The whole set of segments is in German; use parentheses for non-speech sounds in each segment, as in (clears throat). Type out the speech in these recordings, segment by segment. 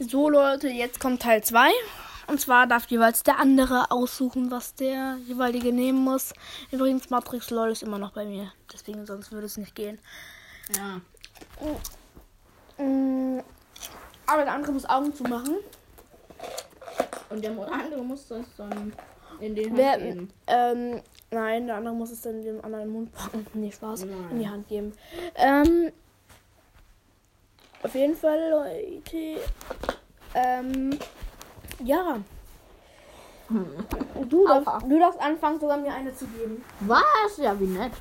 So Leute, jetzt kommt Teil 2. Und zwar darf jeweils der andere aussuchen, was der jeweilige nehmen muss. Übrigens, Matrix LOL ist immer noch bei mir. Deswegen, sonst würde es nicht gehen. Ja. Mm. Aber der andere muss Augen zumachen. Und der andere muss das dann in den Wer, Hand geben. ähm, nein, der andere muss es dann dem anderen in den Mund packen. (laughs) Nee, Spaß. Nein. In die Hand geben. Ähm, auf jeden Fall, Leute. Ähm, ja. Du Aua. darfst, du darfst anfangen, sogar mir eine zu geben. Was? Ja, wie nett.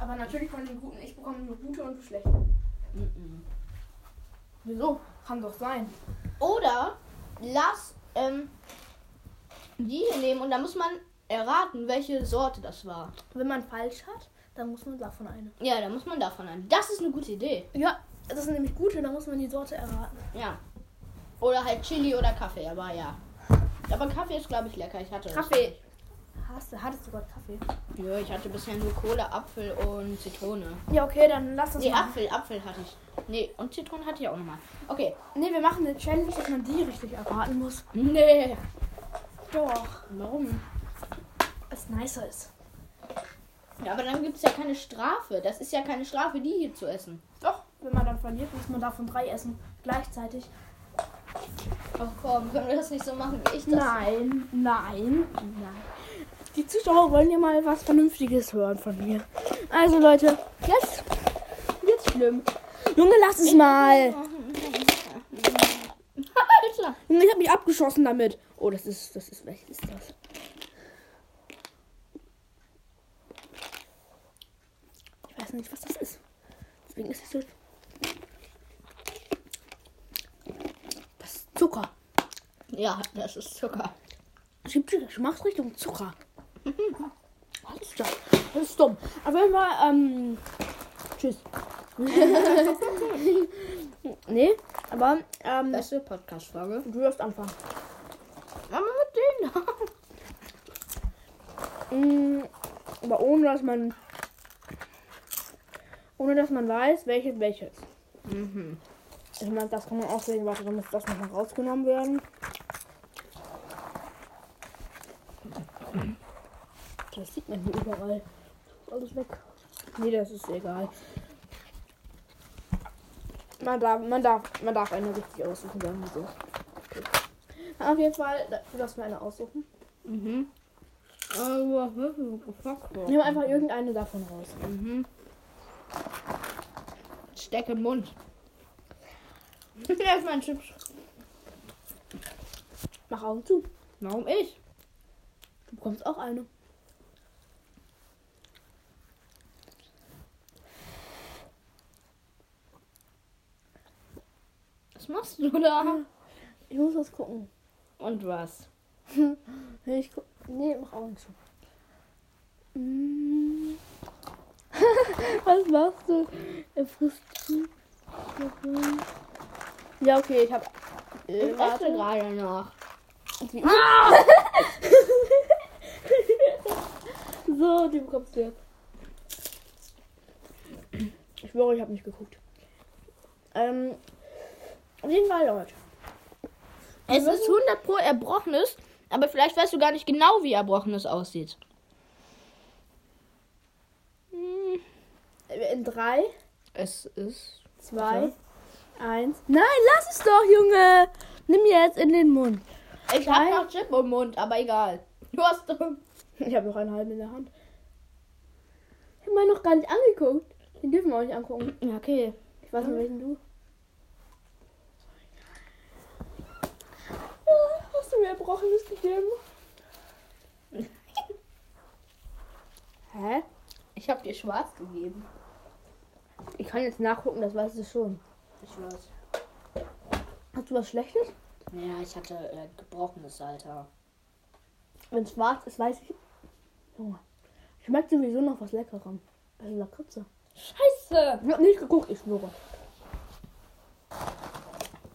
Aber natürlich von den guten. Ich bekomme nur gute und schlechte. Wieso? Kann doch sein. Oder lass ähm, die hier nehmen und da muss man erraten, welche Sorte das war. Wenn man falsch hat, dann muss man davon eine. Ja, da muss man davon an. Das ist eine gute Idee. Ja, das sind nämlich gute, dann muss man die Sorte erraten. Ja. Oder halt Chili oder Kaffee, aber ja. Aber Kaffee ist, glaube ich, lecker. Ich hatte es. Kaffee. Hast du, hattest du gerade Kaffee? Ja, ich hatte bisher nur Cola, Apfel und Zitrone. Ja, okay, dann lass uns. Nee, machen. Apfel, Apfel hatte ich. Nee, und Zitrone hatte ich auch nochmal. Okay. Nee, wir machen eine Challenge, dass man die richtig erraten muss. Nee. Doch, Warum? es nicer ist. Ja, aber dann gibt es ja keine Strafe. Das ist ja keine Strafe, die hier zu essen. Doch, wenn man dann verliert, muss man davon drei essen. Gleichzeitig. Ach komm, können wir das nicht so machen wie ich das? (laughs) Nein, nein, nein. Die Zuschauer wollen ja mal was Vernünftiges hören von mir. Also Leute, jetzt wird's schlimm. Junge, lass es mal. Alter. Junge, ich hab mich abgeschossen damit. Oh, das ist, das ist, welches ist das? Ich weiß nicht, was das ist. Deswegen ist es so. Das ist Zucker. Ja, das ist Zucker. Schiebt sich Geschmacksrichtung um Zucker. (laughs) Was ist das? Das ist dumm. Auf jeden Fall, ähm. Tschüss. nee, aber, ähm. Beste Podcast-Folge. Du darfst anfangen. Mama mit denen. Mm, aber ohne, dass man. Ohne, dass man weiß, welches welches. Mhm. Ich meine, das kann man auch sehen. Warte, dann muss das nochmal rausgenommen werden. Das sieht man hier überall. Alles weg. Nee, das ist egal. Man darf, man darf, man darf eine richtig aussuchen, sagen wir so. Okay. Auf jeden Fall, du darfst mir eine aussuchen. Mhm. Also, was ist denn gefragt worden? Nimm einfach irgendeine davon raus. Mhm. Steck im Mund. Erstmal ein Chips. Mach Augen zu. Warum ich? Du bekommst auch eine. Was machst du da? Ich muss was gucken. Und was? Ich gu nee, mach Augen zu. Mm. (laughs) was machst du? Er frisst zu. Ja, okay, ich hab. Äh, Ich warte. esse gerade noch. Die- so, die bekommst du jetzt. Ich schwöre, ich habe nicht geguckt. Ähm, auf jeden Fall, Leute. Es ist 100 pro Erbrochenes, aber vielleicht weißt du gar nicht genau, wie Erbrochenes aussieht. In drei, Es ist. zwei, eins. Nein, lass es doch, Junge! Nimm jetzt in den Mund. Ich habe noch Chip im Mund, aber egal. (laughs) Du hast. Ich habe noch einen halben in der Hand. Ich habe meinen noch gar nicht angeguckt. Den dürfen wir auch nicht angucken. Ja, okay. Ich weiß nicht, welchen du. Ah, Hast du mir Erbrochenes gegeben? Hä? Ich habe dir schwarz gegeben. Ich kann jetzt nachgucken, das weißt du schon. Ich weiß. Hast du was Schlechtes? Ja, ich hatte äh, gebrochenes Alter. Wenn schwarz ist, weiß ich. Junge. Schmeckt sowieso noch was Leckerem. Also Lakritze. Scheiße! Ich hab nicht geguckt, ich schwöre.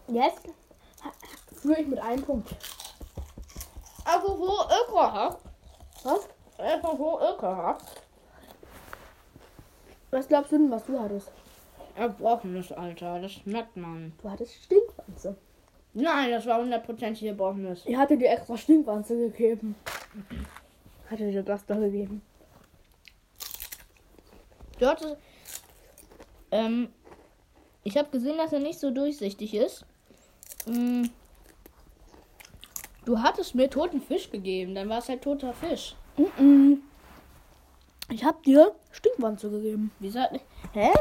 Jetzt führe ich mit einem Punkt. Also so ekelhaft. Was? Einfach so ekelhaft. Was glaubst du denn, was du hattest? Erbrochenes Alter, das schmeckt man. Du hattest Stinkwasser. Schnittwanze. Nein, das war hundertprozentig gebrochenes. Ich hatte dir extra Schnittwanze gegeben. Hatte dir das doch gegeben. Du hattest. Ähm, ich habe gesehen, dass er nicht so durchsichtig ist. Mm. Du hattest mir toten Fisch gegeben, dann war es halt toter Fisch. Mhm. Ich hab dir Stinkwanze gegeben. Wieso? hat- Hä?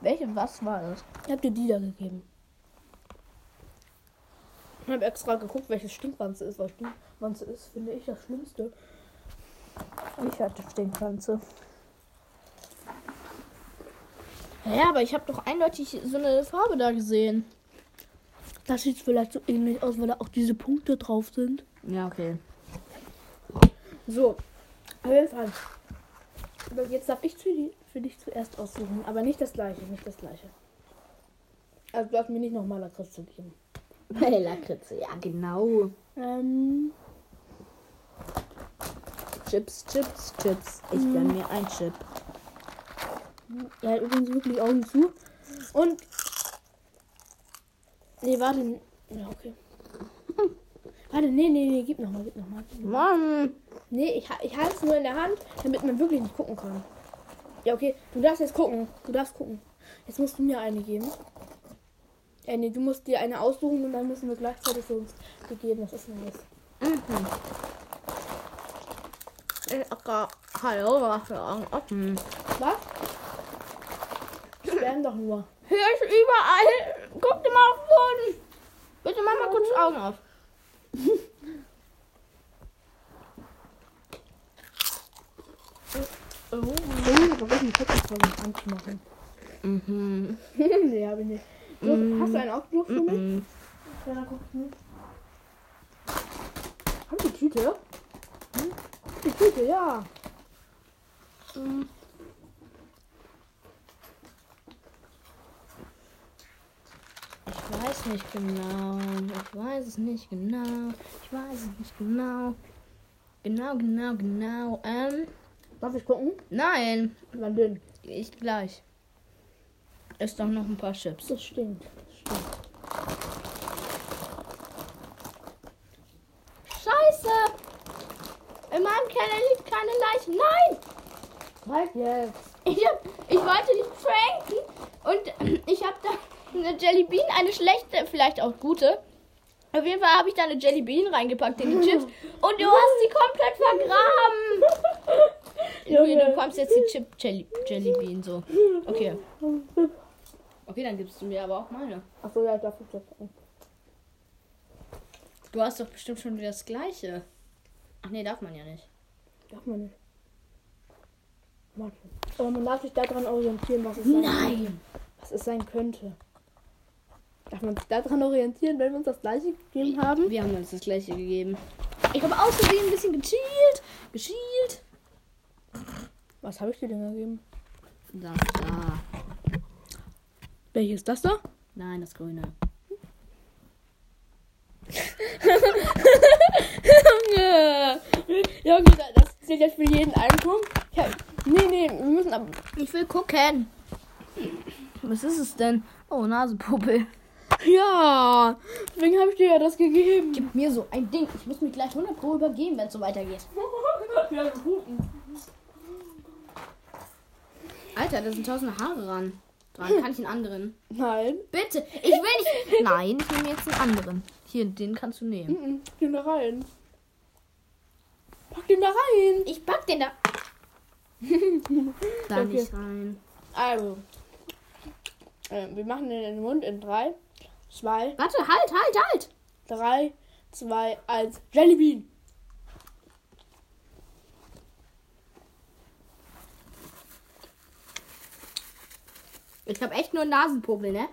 Welche? Was war das? Ich hab dir die da gegeben. Ich habe extra geguckt, welches Stinkwanze ist, weil Stinkwanze ist, finde ich, das Schlimmste. Ich hatte Stinkpflanze. Ja, aber ich habe doch eindeutig so eine Farbe da gesehen. Das sieht vielleicht so ähnlich aus, weil da auch diese Punkte drauf sind. Ja, okay. So, auf jeden Fall. Aber Jetzt darf ich für, die, für dich zuerst aussuchen, aber nicht das gleiche, nicht das gleiche. Also darf mir nicht nochmal Lakritz zu geben. Hey, (laughs) Lakritze, ja, genau. Ähm, Chips, Chips, Chips. Ich gönn mir ein Chip. er hat übrigens wirklich Augen zu. Und. Nee, warte. Ja, okay. Warte, nee, nee, nee, gib nochmal, gib nochmal. Mann. Nee, ich, ha- ich halte es nur in der Hand, damit man wirklich nicht gucken kann. Ja, okay. Du darfst jetzt gucken. Du darfst gucken. Jetzt musst du mir eine geben. Äh, nee, du musst dir eine aussuchen und dann müssen wir gleichzeitig so uns die geben. Das ist nice. Ich hab gar Hallo, was für Augen offen. Was? Ich werden doch nur. Hier ist überall. Guck dir mal auf den Boden. Bitte mach mal kurz die Augen auf. Ich habe vergessen, die Kettenfolge anzumachen. Mhm. (laughs) nee, habe ich nicht. So, Hast du einen Ausflug für mich? Mhm. Ja, dann guck ich mal. Haben die Tüte? Hm? Die Tüte, ja. Ich weiß nicht genau. Ich weiß es nicht genau. Ich weiß es nicht genau. Genau, genau, genau. Ähm, Darf ich gucken? nein. Wann denn? Ich gleich. Ist doch noch ein paar Chips. Das stinkt. Das stinkt. Scheiße! In meinem Keller liegt keine Leiche. Nein! Halt jetzt. Ich, hab, ich wollte dich pranken und (clears throat) ich habe da eine Jellybean, eine schlechte, vielleicht auch gute. Auf jeden Fall habe ich da eine Jellybean reingepackt in die (laughs) Chips und du hast sie komplett vergraben. (laughs) Junge, du bekommst jetzt die Chip Jelly, Jellybean so. Okay. Okay, dann gibst du mir aber auch meine. Achso, ja, ich darf ich das auch. Du hast doch bestimmt schon wieder das gleiche. Ach nee, darf man ja nicht. Darf man nicht. Warte. Aber man darf sich daran orientieren, was es sein Nein. Was es sein könnte. Darf man sich daran orientieren, wenn wir uns das gleiche gegeben haben? Wir haben uns das gleiche gegeben. Ich habe aus Versehen ein bisschen gechealt. Gechealt. Was habe ich dir denn gegeben? Das da. Welches das da? Nein, das grüne. Junge! Junge, da- das zählt jetzt für jeden Einkommen. Ich hab, nee, nee, wir müssen ab. (laughs) Ich will gucken. Was ist es denn? Oh, Nasenpuppe. Ja! Deswegen habe ich dir ja das gegeben. Gib mir so ein Ding. Ich muss mich gleich 100 Pro übergeben, wenn es so weitergeht. (laughs) Ja, guten. Alter, da sind tausende Haare ran. (laughs) Dran kann ich einen anderen. Nein. Bitte, ich will nicht. Nein, ich nehme jetzt einen anderen. Hier, den kannst du nehmen. Mhm, Pack den da rein. Pack den da rein. Ich pack den da. (laughs) da Okay. nicht rein. Also, äh, wir machen den in den Mund in 3, 2, Warte, halt, halt, halt. 3, 2, 1. Jellybean. Ich habe echt nur Nasenpopel, ne?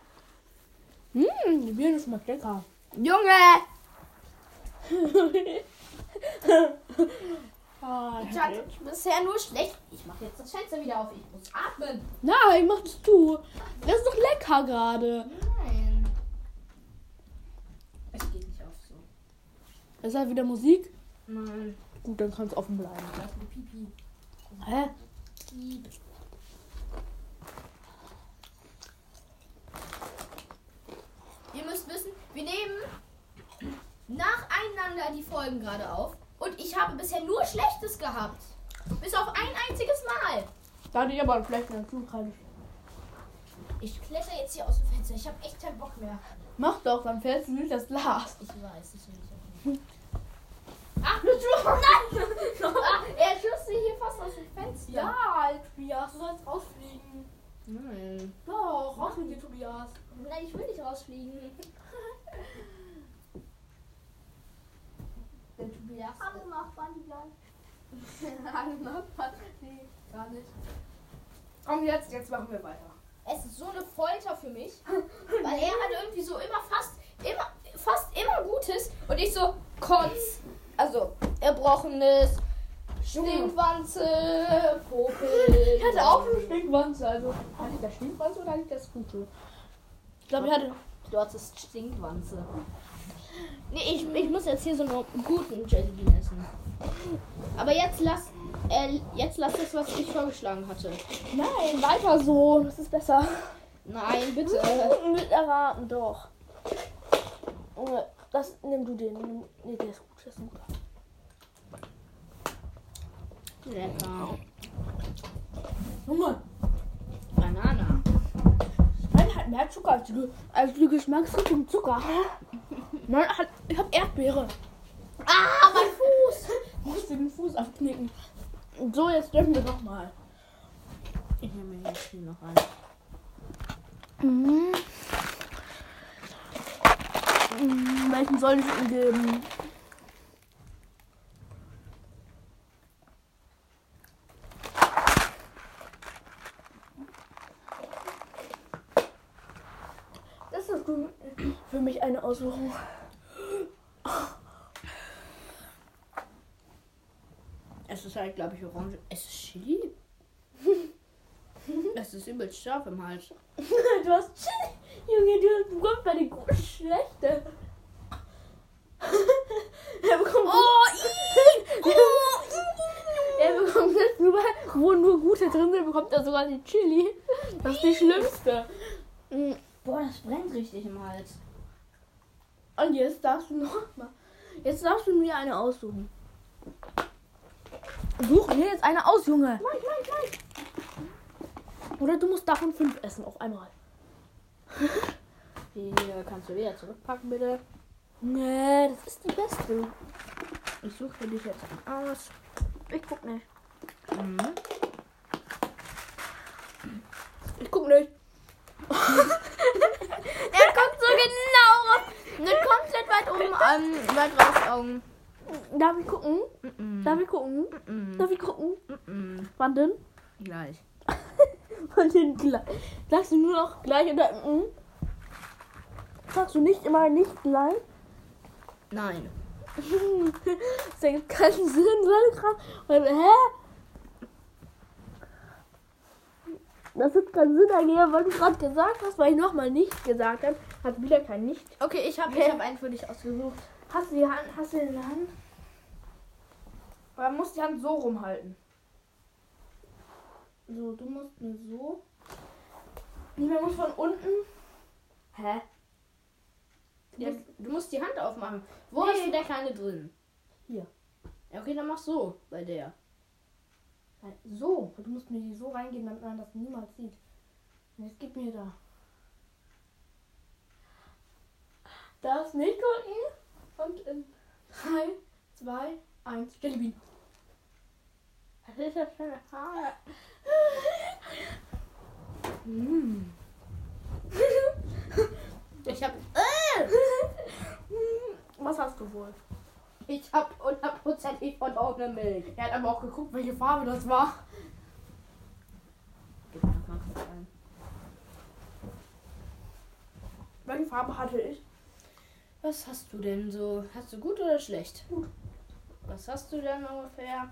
Mh, Hm, die Birne schmeckt lecker. (laughs) Junge! Ah, Ich hatte bisher nur schlecht. Ich mache jetzt das Fenster wieder auf. Ich muss atmen. Nein, mach das du. Das ist doch lecker gerade. Nein. Es geht nicht auf so. Ist halt wieder Musik. Nein. Gut, dann kann es offen bleiben. Das ist eine Pipi. Hä? Ihr müsst wissen, Wir nehmen nacheinander die Folgen gerade auf. Und ich habe bisher nur Schlechtes gehabt. Bis auf ein einziges Mal. Da hatte ich aber vielleicht einen Flugreif. Ich kletter jetzt hier aus dem Fenster. Ich habe echt keinen Bock mehr. Mach doch, dann fällst du nicht das Glas. Ich weiß, ich will nicht. Ach, du Schuss! Nein! Ah, er schießt sich hier fast aus dem Fenster. Ja, halt, Tobias, du sollst rausfliegen. Nein. Doch, raus mit dir, Tobias. Nein, ich will nicht rausfliegen. Der Tobias. Hallo Nachbarn, die bleiben. Alle Nachbarn? Nee, gar nicht. Komm, jetzt, jetzt machen wir weiter. Es ist so eine Folter für mich, weil er hat irgendwie so immer fast immer fast immer Gutes und ich so Kotz, also erbrochenes Stinkwanze, Popel. Ich hatte auch eine Stinkwanze, also. Hatte ich das Stinkwanze oder hatte ich das Gute? Ich glaube, ich hatte. Du hattest Stinkwanze. Nee, ich, ich muss jetzt hier so einen guten Jellybean essen. Aber jetzt lass äh, jetzt lass das, was ich vorgeschlagen hatte. Nein, weiter so. Das ist besser. Nein, bitte. Mit erraten, doch. Junge, Das, nimm du den. Nimm- Nee, der ist gut. Der ist ein guter. Lecker. Junge, Banana. mein hat mehr Zucker als du. Als du Geschmacksrichtung Zucker. Nein, hat, ich hab Erdbeere. Ah, mein Fuß. Ich musste den Fuß abknicken. So, jetzt dürfen wir nochmal. Ich nehme mir jetzt hier noch an. Welchen soll ich ihm geben? Das ist gut. für mich eine Aussuchung. Es ist halt, glaube ich, orange. Es ist (laughs) Chili. es ist übelst scharf im Hals. Du hast Junge, du hast bekommen bei den guten Schlechte. (laughs) er bekommt (laughs) oh, Er bekommt das nur, bei- wo nur gute drin sind, bekommt er sogar die Chili. Das ist die schlimmste. Boah, das brennt richtig im Hals. Und jetzt darfst du noch mal. Jetzt darfst du mir eine aussuchen. Such mir jetzt eine aus, Junge. Nein, nein, nein. Oder du musst davon fünf essen auf einmal. Hier kannst du wieder zurückpacken, bitte. Nee, das ist die beste. Ich suche dich jetzt Aus. Ich guck nicht. an. Ich guck nicht. Er guckt so genau rauf. Nicht komplett weit oben an. Weit raus Augen. Darf ich gucken? Mm Darf ich gucken? -mm. Darf ich gucken? Mm Wann denn? (laughs) Gleich. Wann denn gleich? Sagst du nur noch gleich oder mm? Sagst du nicht immer nicht gleich? (laughs) Nein. Das ergibt keinen Sinn, so krass. Und, hä? Das hat keinen Sinn ergeben, weil du gerade gesagt hast, weil ich nochmal nicht gesagt habe. Hat wieder kein Nicht. Okay, ich habe ich hab einen für dich ausgesucht. Hast du die Hand? Hast du die Hand? Man muss die Hand so rumhalten. So, du musst nur so. Und man muss von unten. Hä? Jetzt, du musst die Hand aufmachen. Wo hast du der kleine drin? Hier. Ja, okay, dann mach so bei der. Nein, so. Du musst mir die so reingehen, damit man das niemals sieht. Und jetzt gib mir da. Darfst nicht gucken. Und in 3, 2, 1. Jellybean. Was ist das für eine Farbe? Mm. (laughs) Ich hab, (laughs) Was hast du wohl? ich hab hundertprozentig verdorbene Milch. Er hat aber auch geguckt, welche Farbe das war. Gib mir noch mal kurz ein. Welche Farbe hatte ich? Was hast du denn so? Hast du gut oder schlecht? Gut. Was hast du denn ungefähr?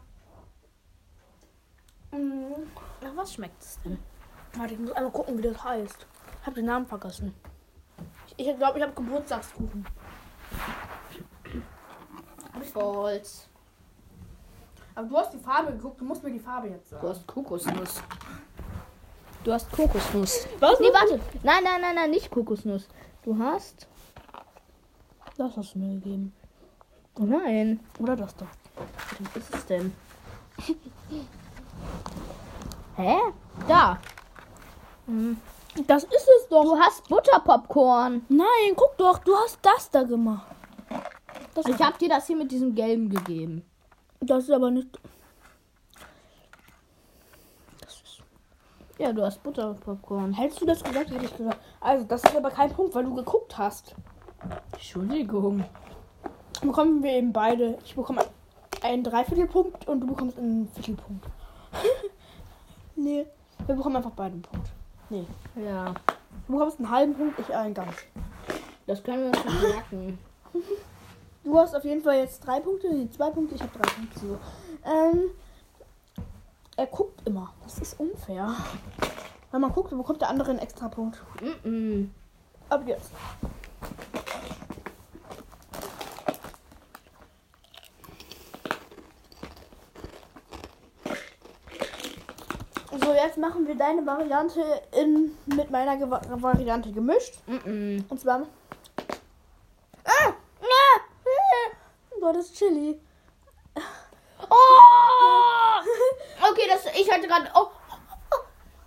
Nach was schmeckt es denn? Mhm. Warte, ich muss einmal gucken, wie das heißt. Ich habe den Namen vergessen. Ich glaube, ich, glaub, ich habe Geburtstagskuchen. Falls. Aber du hast die Farbe geguckt, du musst mir die Farbe jetzt Du sagen. hast Kokosnuss. Du hast Kokosnuss. Was? Nee, warte. Nein, nein, nein, nein, nicht Kokosnuss. Du hast Das hast du mir gegeben. Oh nein. Oder das da. Was ist es (laughs) denn? Hä? Da. Das ist es doch. Du hast Butterpopcorn. Nein, guck doch, du hast das da gemacht. Das, Also Ich habe dir das hier mit diesem gelben gegeben. das ist aber nicht. Ja, du hast Butterpopcorn. Hättest du das gesagt, hätte ich gesagt. Also, das ist aber kein Punkt, weil du geguckt hast. Entschuldigung. Bekommen wir eben beide. Ich bekomme einen Dreiviertelpunkt und du bekommst einen (laughs) Viertelpunkt. nee, wir bekommen einfach beide einen Punkt. Ja, Du bekommst einen halben Punkt, ich einen ganz. das können wir uns nicht merken. Du hast auf jeden Fall jetzt drei Punkte, nee, zwei Punkte, ich habe drei Punkte. So. Ähm, er guckt immer. Das ist unfair. Wenn man guckt, bekommt der andere einen extra Punkt. Mm-mm. Ab jetzt. So, jetzt machen wir deine Variante in, mit meiner Ge Variante gemischt. Mm-mm. Und zwar. Ah! Ah! Du hattest Chili. Ah! Oh! Okay, das, ich hatte gerade. Oh.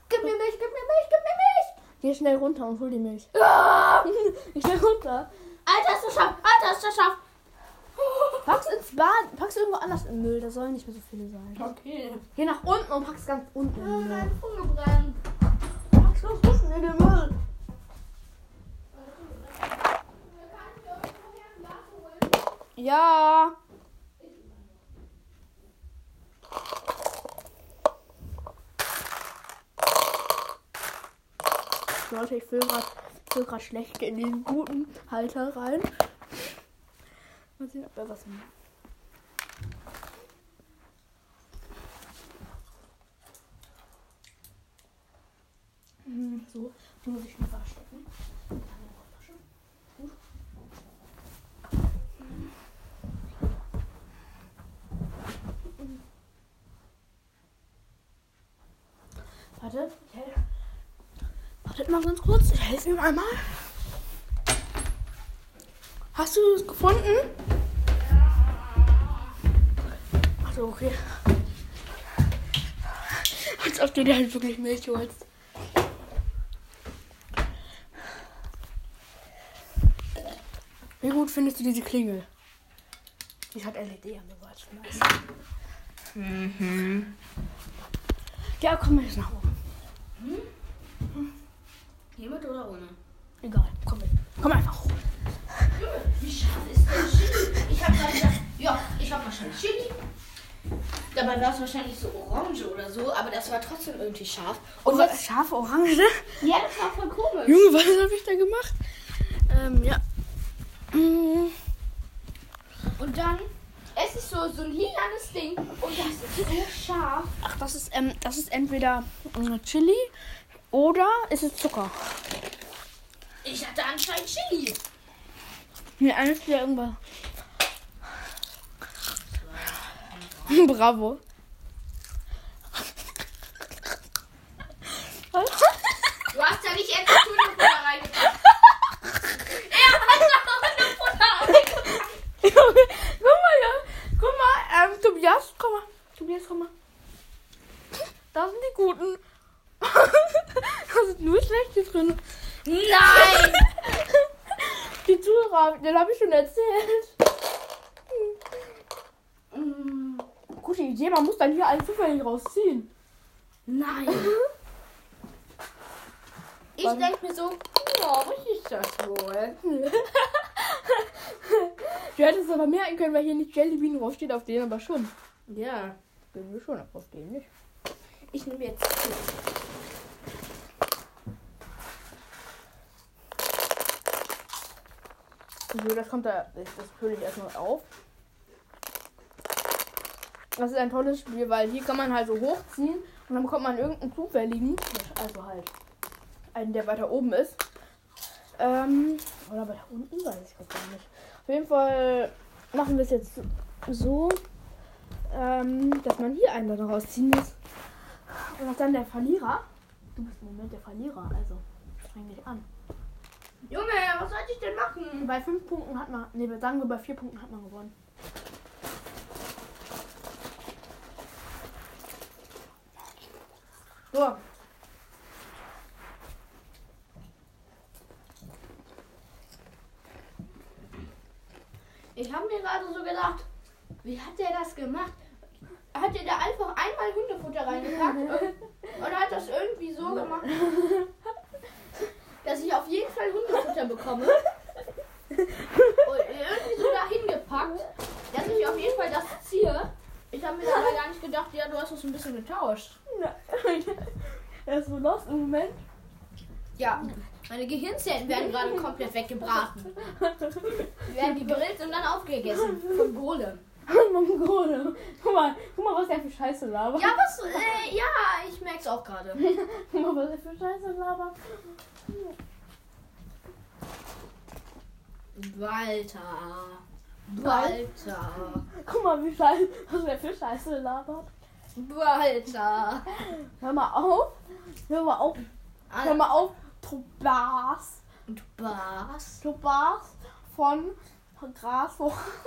Gib mir Milch, gib mir Milch, gib mir Milch! (laughs) Geh schnell runter und hol die Milch. Ah! (laughs) Geh schnell runter. Alter, ist das scharf! Alter, ist das scharf! Pack's ins Bad. Pack's irgendwo anders im Müll. Da sollen nicht mehr so viele sein. Okay. Geh nach unten und pack's ganz unten in den Müll. Funge brennen. Pack's ganz unten in den Müll. Ja. Leute, ich füll gerade schlecht in den guten Halter rein. Mal sehen, ob er was macht. Hm, So, die muss ich mir verstecken. Warte, ich helfe. Wartet mal ganz kurz, ich helfe ihm einmal. Hast du es gefunden? Ach so, Also, okay. Als ob du dir halt wirklich Milch holst. Wie gut findest du diese Klingel? Die hat LED an der Nice. Mhm. Ja, komm jetzt nach oben. Hiermit oder ohne? Egal, komm mit. Komm einfach hoch. Wie scharf ist denn Chili? Ich hab grad gedacht, ja, ich hab wahrscheinlich Chili. Dabei war es wahrscheinlich so orange oder so, aber das war trotzdem irgendwie scharf. Und was? Scharfe Orange? Ja, das war voll komisch. Junge, was habe ich da gemacht? Ähm, ja. Mm, Und dann, es ist so, so ein lilanes Ding und das ist so scharf. Ach, das ist, ähm, das ist entweder äh, Chili oder ist es Zucker? Ich hatte anscheinend Chili. Mir eines wieder irgendwas. (laughs) Bravo. Du hast ja nicht endlich (laughs) Hundefutter reingepackt. Er hat da Hundefutter reingepackt. (laughs) Junge, guck mal, ja. Guck mal, ähm, Tobias, komm mal. Tobias, komm mal. Da sind die Guten. (laughs) da sind nur Schlechte drin. Nein! Die Zuhörer, den habe ich schon erzählt. Mm, Gute Idee, man muss dann hier einen zufällig rausziehen. Nein. Ich denke mir so, ja, was ist das wohl? Du hättest es aber merken können, weil hier nicht Jellybean draufsteht, auf denen aber schon. Ja. Den wir schon, ne? aber auf denen nicht. Ich nehme jetzt zu. So, das kommt da, das fülle ich erstmal auf. Das ist ein tolles Spiel, weil hier kann man halt so hochziehen und dann bekommt man irgendeinen zufälligen, also halt einen, der weiter oben ist. Ähm, oder weiter unten, weiß ich grad gar nicht. Auf jeden Fall machen wir es jetzt so, ähm, dass man hier einen da rausziehen muss. Und dass dann der Verlierer, du bist im Moment der Verlierer, also streng dich an. Junge, was sollte ich denn machen? Bei fünf Punkten hat man. Ne, sagen wir bei vier Punkten hat man gewonnen. So. Ich habe mir gerade so gedacht, wie hat der das gemacht? Hat der da einfach einmal Hundefutter (laughs) reingepackt? und- Oder hat das irgendwie so gemacht, dass ich auf jeden Fall Hundefutter bekomme? Und irgendwie so dahin gepackt, dass ich auf jeden Fall das ziehe. Ich habe mir dabei gar nicht gedacht, ja, du hast es ein bisschen getauscht. Er ist so lost im (laughs) Moment. Ja, meine Gehirnzellen werden gerade komplett weggebraten. Die werden gegrillt und dann aufgegessen. Von Golem. Mongole. Guck mal, guck mal, was er für Scheiße labert. Ja, was? Äh, ja, ich merk's auch gerade. Guck mal, was er für Scheiße labert. Walter. Walter. Guck mal, wie scheiße, was er für Scheiße labert. Walter. Hör mal auf. Hör mal auf. Hör mal auf. Tobias. Und Bas. Tobias von (laughs) Grashof.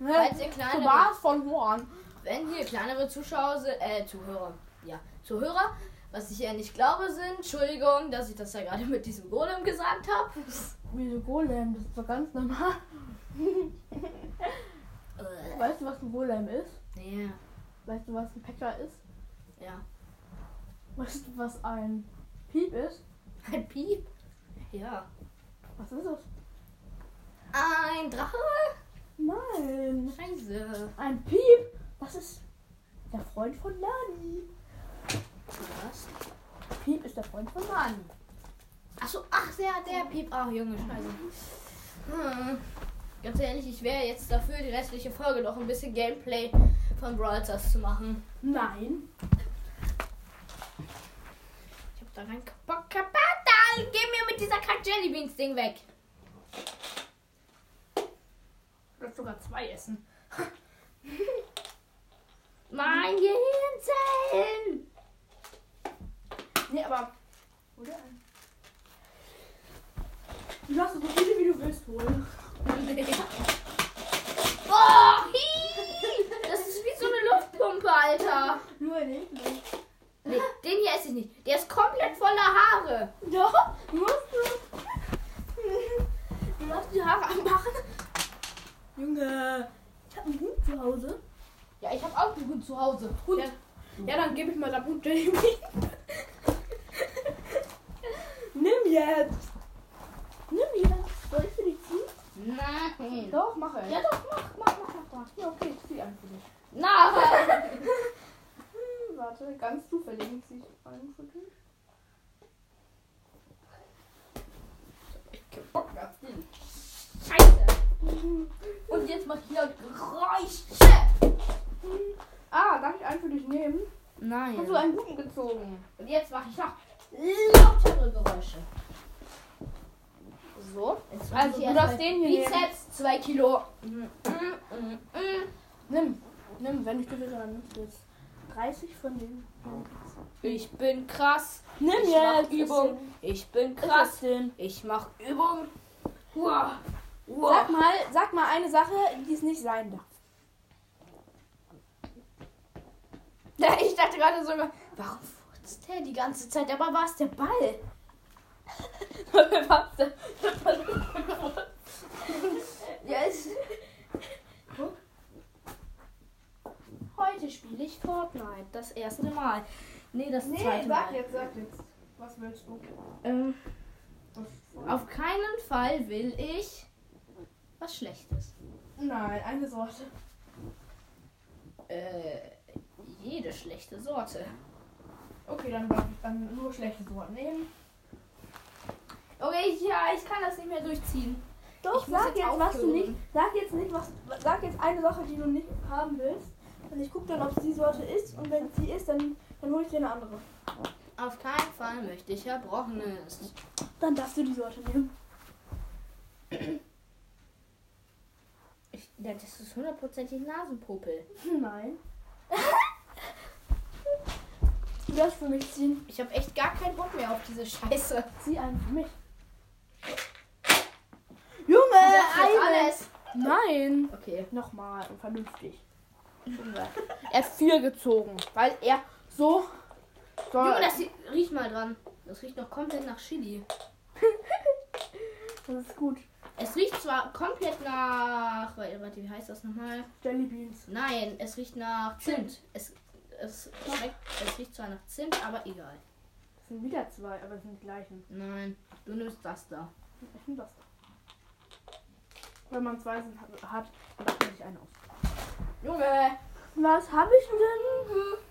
Falls ihr kleinere, Tobias von Horn. wenn hier kleinere Zuschauer, sind- äh, Zuhörer, ja, Zuhörer, was ich ja nicht glaube sind, Entschuldigung, dass ich das ja gerade mit diesem Golem gesagt habe. Wieso Golem? Das ist doch ganz normal. (laughs) Äh, Weißt du, was ein Golem ist? Ja, Weißt du, was ein Packer ist? ja. Weißt du, was ein Piep ist? Ein Piep. Ja. Was ist das? Ein Drache. Nein. Scheiße. Ein Piep? Das ist der Freund von Nani. Was? Oh Piep ist der Freund von Nani. Ach so, ach der, der Piep. Ach Junge, scheiße. Hm. Ganz ehrlich, ich wäre jetzt dafür, die restliche Folge noch ein bisschen Gameplay von Brawl Stars zu machen. Nein. Ich hab da rein kaputt, kaputt. Da, geh mir mit dieser Kack Jellybeans Ding weg. Du hast sogar zwei Essen. Mein Gehirnzellen. Nee, aber. Oder? Du darfst so viele wie du willst holen. (laughs) Oh, hi. Das ist wie so eine Luftpumpe, Alter. Nur nicht. Nee, den hier esse ich nicht. Der ist komplett voller Haare. Doch, musst du. Du darfst die Haare anmachen. Junge. Ich habe einen Hund zu Hause. Ja, ich habe auch einen Hund zu Hause. Hund. Ja, ja dann gebe ich mal deinem Hund Jamie. Nimm jetzt. Nimm jetzt. Soll ich für dich ziehen? Nein. Doch, mache ich. Ja doch, mach, mach, mach, mach, mach. Ja, okay, ich zieh einen für dich. Nein. Hm, warte, ganz zufällig zieh ich einen für dich. Ich hab Bock auf den. Scheiße. Und jetzt macht hier Geräusche. Ah, darf ich einen für dich nehmen? Hast du Nein. einen guten gezogen? Und jetzt mache ich noch lautere Geräusche. So. Jetzt mach Also, du ich erstmal darfst den hier Bizeps, 2 Kilo. Mm, mm, mm, mm. Nimm. Nimm, wenn ich gewinne, dann nimmst du es. 30 von denen. Ich bin krass. Nimm Ich mach jetzt. Übung. Ich bin krass. Ich mach Übung. Uah. Uah. Sag mal, sag mal eine Sache, die es nicht sein darf. (laughs) Ich dachte gerade so, warum furzt der die ganze Zeit? Aber war es der Ball? (laughs) Warte. Yes. Heute spiele ich Fortnite. Das erste Mal. Nee, das zweite Mal. jetzt, sag jetzt. Was willst du? Ähm, auf keinen Fall will ich was Schlechtes. Nein, eine Sorte. Äh, jede schlechte Sorte. Okay, dann darf ich dann nur schlechte Sorten nehmen. Okay, ja, ich kann das nicht mehr durchziehen. Doch, Ich muss sag jetzt jetzt, was du aufhören. nicht. Sag jetzt nicht, was. Sag jetzt eine Sache, die du nicht haben willst. Und ich guck dann, ob es die Sorte ist. Und wenn es die ist, dann, dann hole ich dir eine andere. Auf keinen Fall möchte ich Erbrochenes. Dann darfst du die Sorte nehmen. Ich, ja, das ist hundertprozentig Nasenpopel. (laughs) Nein. du darfst für mich ziehen. Ich habe echt gar keinen Bock mehr auf diese Scheiße. Zieh einen für mich. Nein. Okay. Nochmal und vernünftig. F4 gezogen, weil er so. so Junge, das riecht mal dran. Das riecht noch komplett nach Chili. das ist gut. Es riecht zwar komplett nach. Warte, warte, wie heißt das nochmal? Jelly Beans. Nein, es riecht nach Zimt. Es, es, schmeckt, es riecht zwar nach Zimt, aber egal. Das sind wieder zwei, aber es sind die gleichen. Nein, du nimmst das da. Ich nehme das. Wenn man zwei sind, hat- hat, dann macht man sich einen aus. Junge, Was habe ich denn?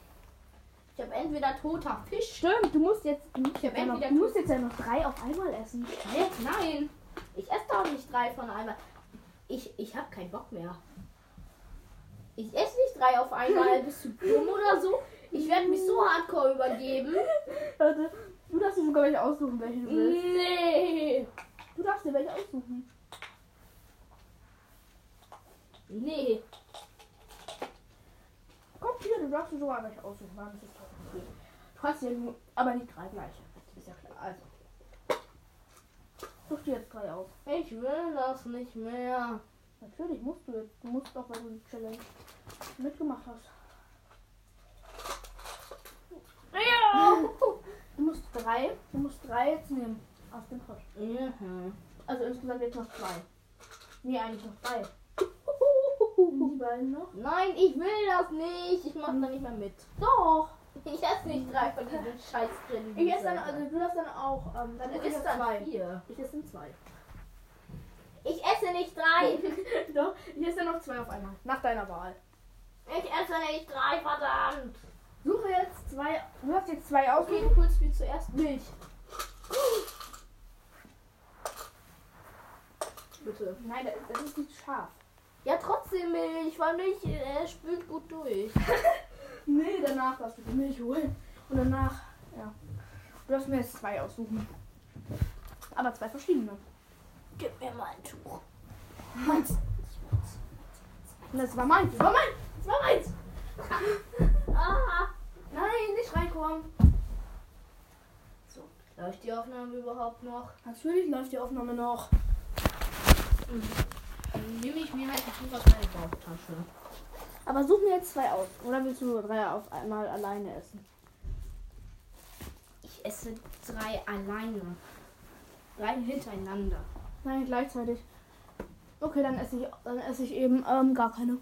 ich habe entweder toter Fisch. Stimmt, du musst jetzt. Ich hab ja noch- Genau, du musst jetzt ja noch drei auf einmal essen. Hä? Nein, ich esse doch nicht drei von einmal. Ich, ich habe keinen Bock mehr. Ich esse nicht drei auf einmal. Bist du dumm oder so? Ich werde mich so hardcore übergeben. Warte, du darfst dir sogar welche aussuchen, welche du willst. Nee. Du darfst dir welche aussuchen. Nee. Komm hier, du darfst dir sogar welche aussuchen. Nein, das ist doch okay. Du hast ja nur, aber nicht drei gleiche. Das ist ja klar. Also. Such dir jetzt drei aus. Ich will das nicht mehr. Natürlich musst du jetzt. Du musst auch, weil du die Challenge mitgemacht hast. (laughs) Du musst drei, du musst drei jetzt nehmen. Aus dem Pott. Mhm. Also insgesamt jetzt noch zwei. Nee, eigentlich noch drei. (laughs) Die beiden noch. Nein, ich will das nicht. Ich mache da nicht mehr mit. Doch. Ich esse nicht drei von diesen scheiß Grillen. Ich esse dann, also du darfst dann auch. Ähm, dann Du esse ich isst noch dann zwei. vier. Ich esse dann zwei. (laughs) Ich esse nicht drei. Doch, ich esse dann noch zwei auf einmal. Nach deiner Wahl. Ich esse nicht drei, verdammt. Suche jetzt zwei. Du hast jetzt zwei auf. Okay, du holst mir zuerst (gasps) Milch. Bitte. Nein, das, das ist nicht scharf. Ja, trotzdem Milch, weil Milch äh, spült gut durch. Nee, danach darfst du die Milch holen. Und danach, ja. Du darfst mir jetzt zwei aussuchen. Aber zwei verschiedene. Gib mir mal ein Tuch. Und das war meins. Das war meins. Das war meins. (laughs) Ah, Nein, nicht reinkommen. läuft die Aufnahme überhaupt noch? Natürlich läuft die Aufnahme noch. Dann nehme ich mir halt ein Tuch aus meiner Bauchtasche. Aber such mir jetzt zwei aus. Oder willst du drei auf einmal alleine essen? Ich esse drei alleine. Drei hintereinander. Nein, gleichzeitig. Okay, dann esse ich, dann esse ich eben ähm, gar keine.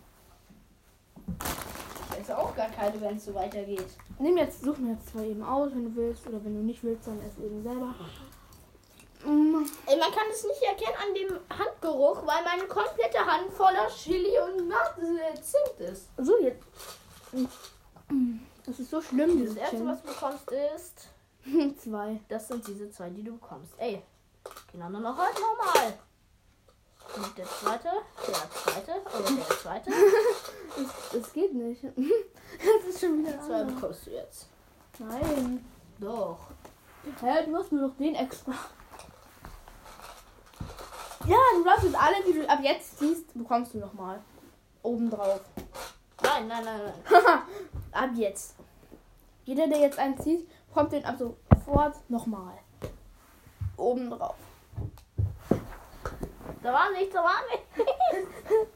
Ich esse auch gar keine, wenn es so weitergeht. Nimm jetzt, such mir jetzt zwei eben aus, wenn du willst. Oder wenn du nicht willst, dann ess eben selber. Mm, Ey, man kann es nicht erkennen an dem Handgeruch, weil meine komplette Hand voller Chili und Nacht äh, Zimt ist. So, jetzt. Mm, Das ist so schlimm, Das dieses erste, Challenge. was du bekommst, ist. (laughs) Zwei. Das sind diese zwei, die du bekommst. Ey, genau nur noch heute nochmal. Und der zweite, der zweite, und der zweite. Das geht nicht. (laughs) Das ist schon wieder Zwei anders. bekommst du jetzt. Nein. Doch. Hä, du hast nur noch den extra. Ja, du darfst jetzt alle, die du ab jetzt siehst, bekommst du nochmal. Obendrauf. Nein, nein, nein, nein. Ab jetzt. Jeder, der jetzt einen zieht, kommt den ab sofort nochmal. Oben drauf. Da war nichts, da war nichts. (laughs)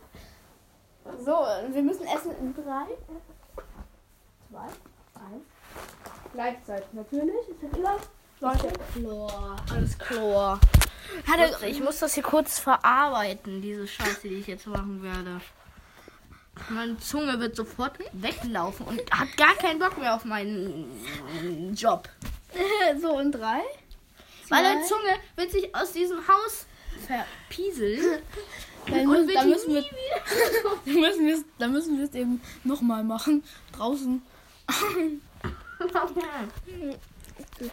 So, wir müssen essen in drei. Zwei. Eins. Gleichzeitig, natürlich. Ist das immer? Leute. Chlor. Alles Chlor. ich muss das hier kurz verarbeiten, diese Scheiße, die ich jetzt machen werde. Meine Zunge wird sofort weglaufen und hat gar keinen Bock mehr auf meinen Job. (laughs) So, in drei. Meine Zunge wird sich aus diesem Haus (laughs) verpieseln. Dann, Und müssen, wir dann die müssen wir (laughs) dann müssen wir es dann müssen wir es eben nochmal machen. (laughs) Draußen.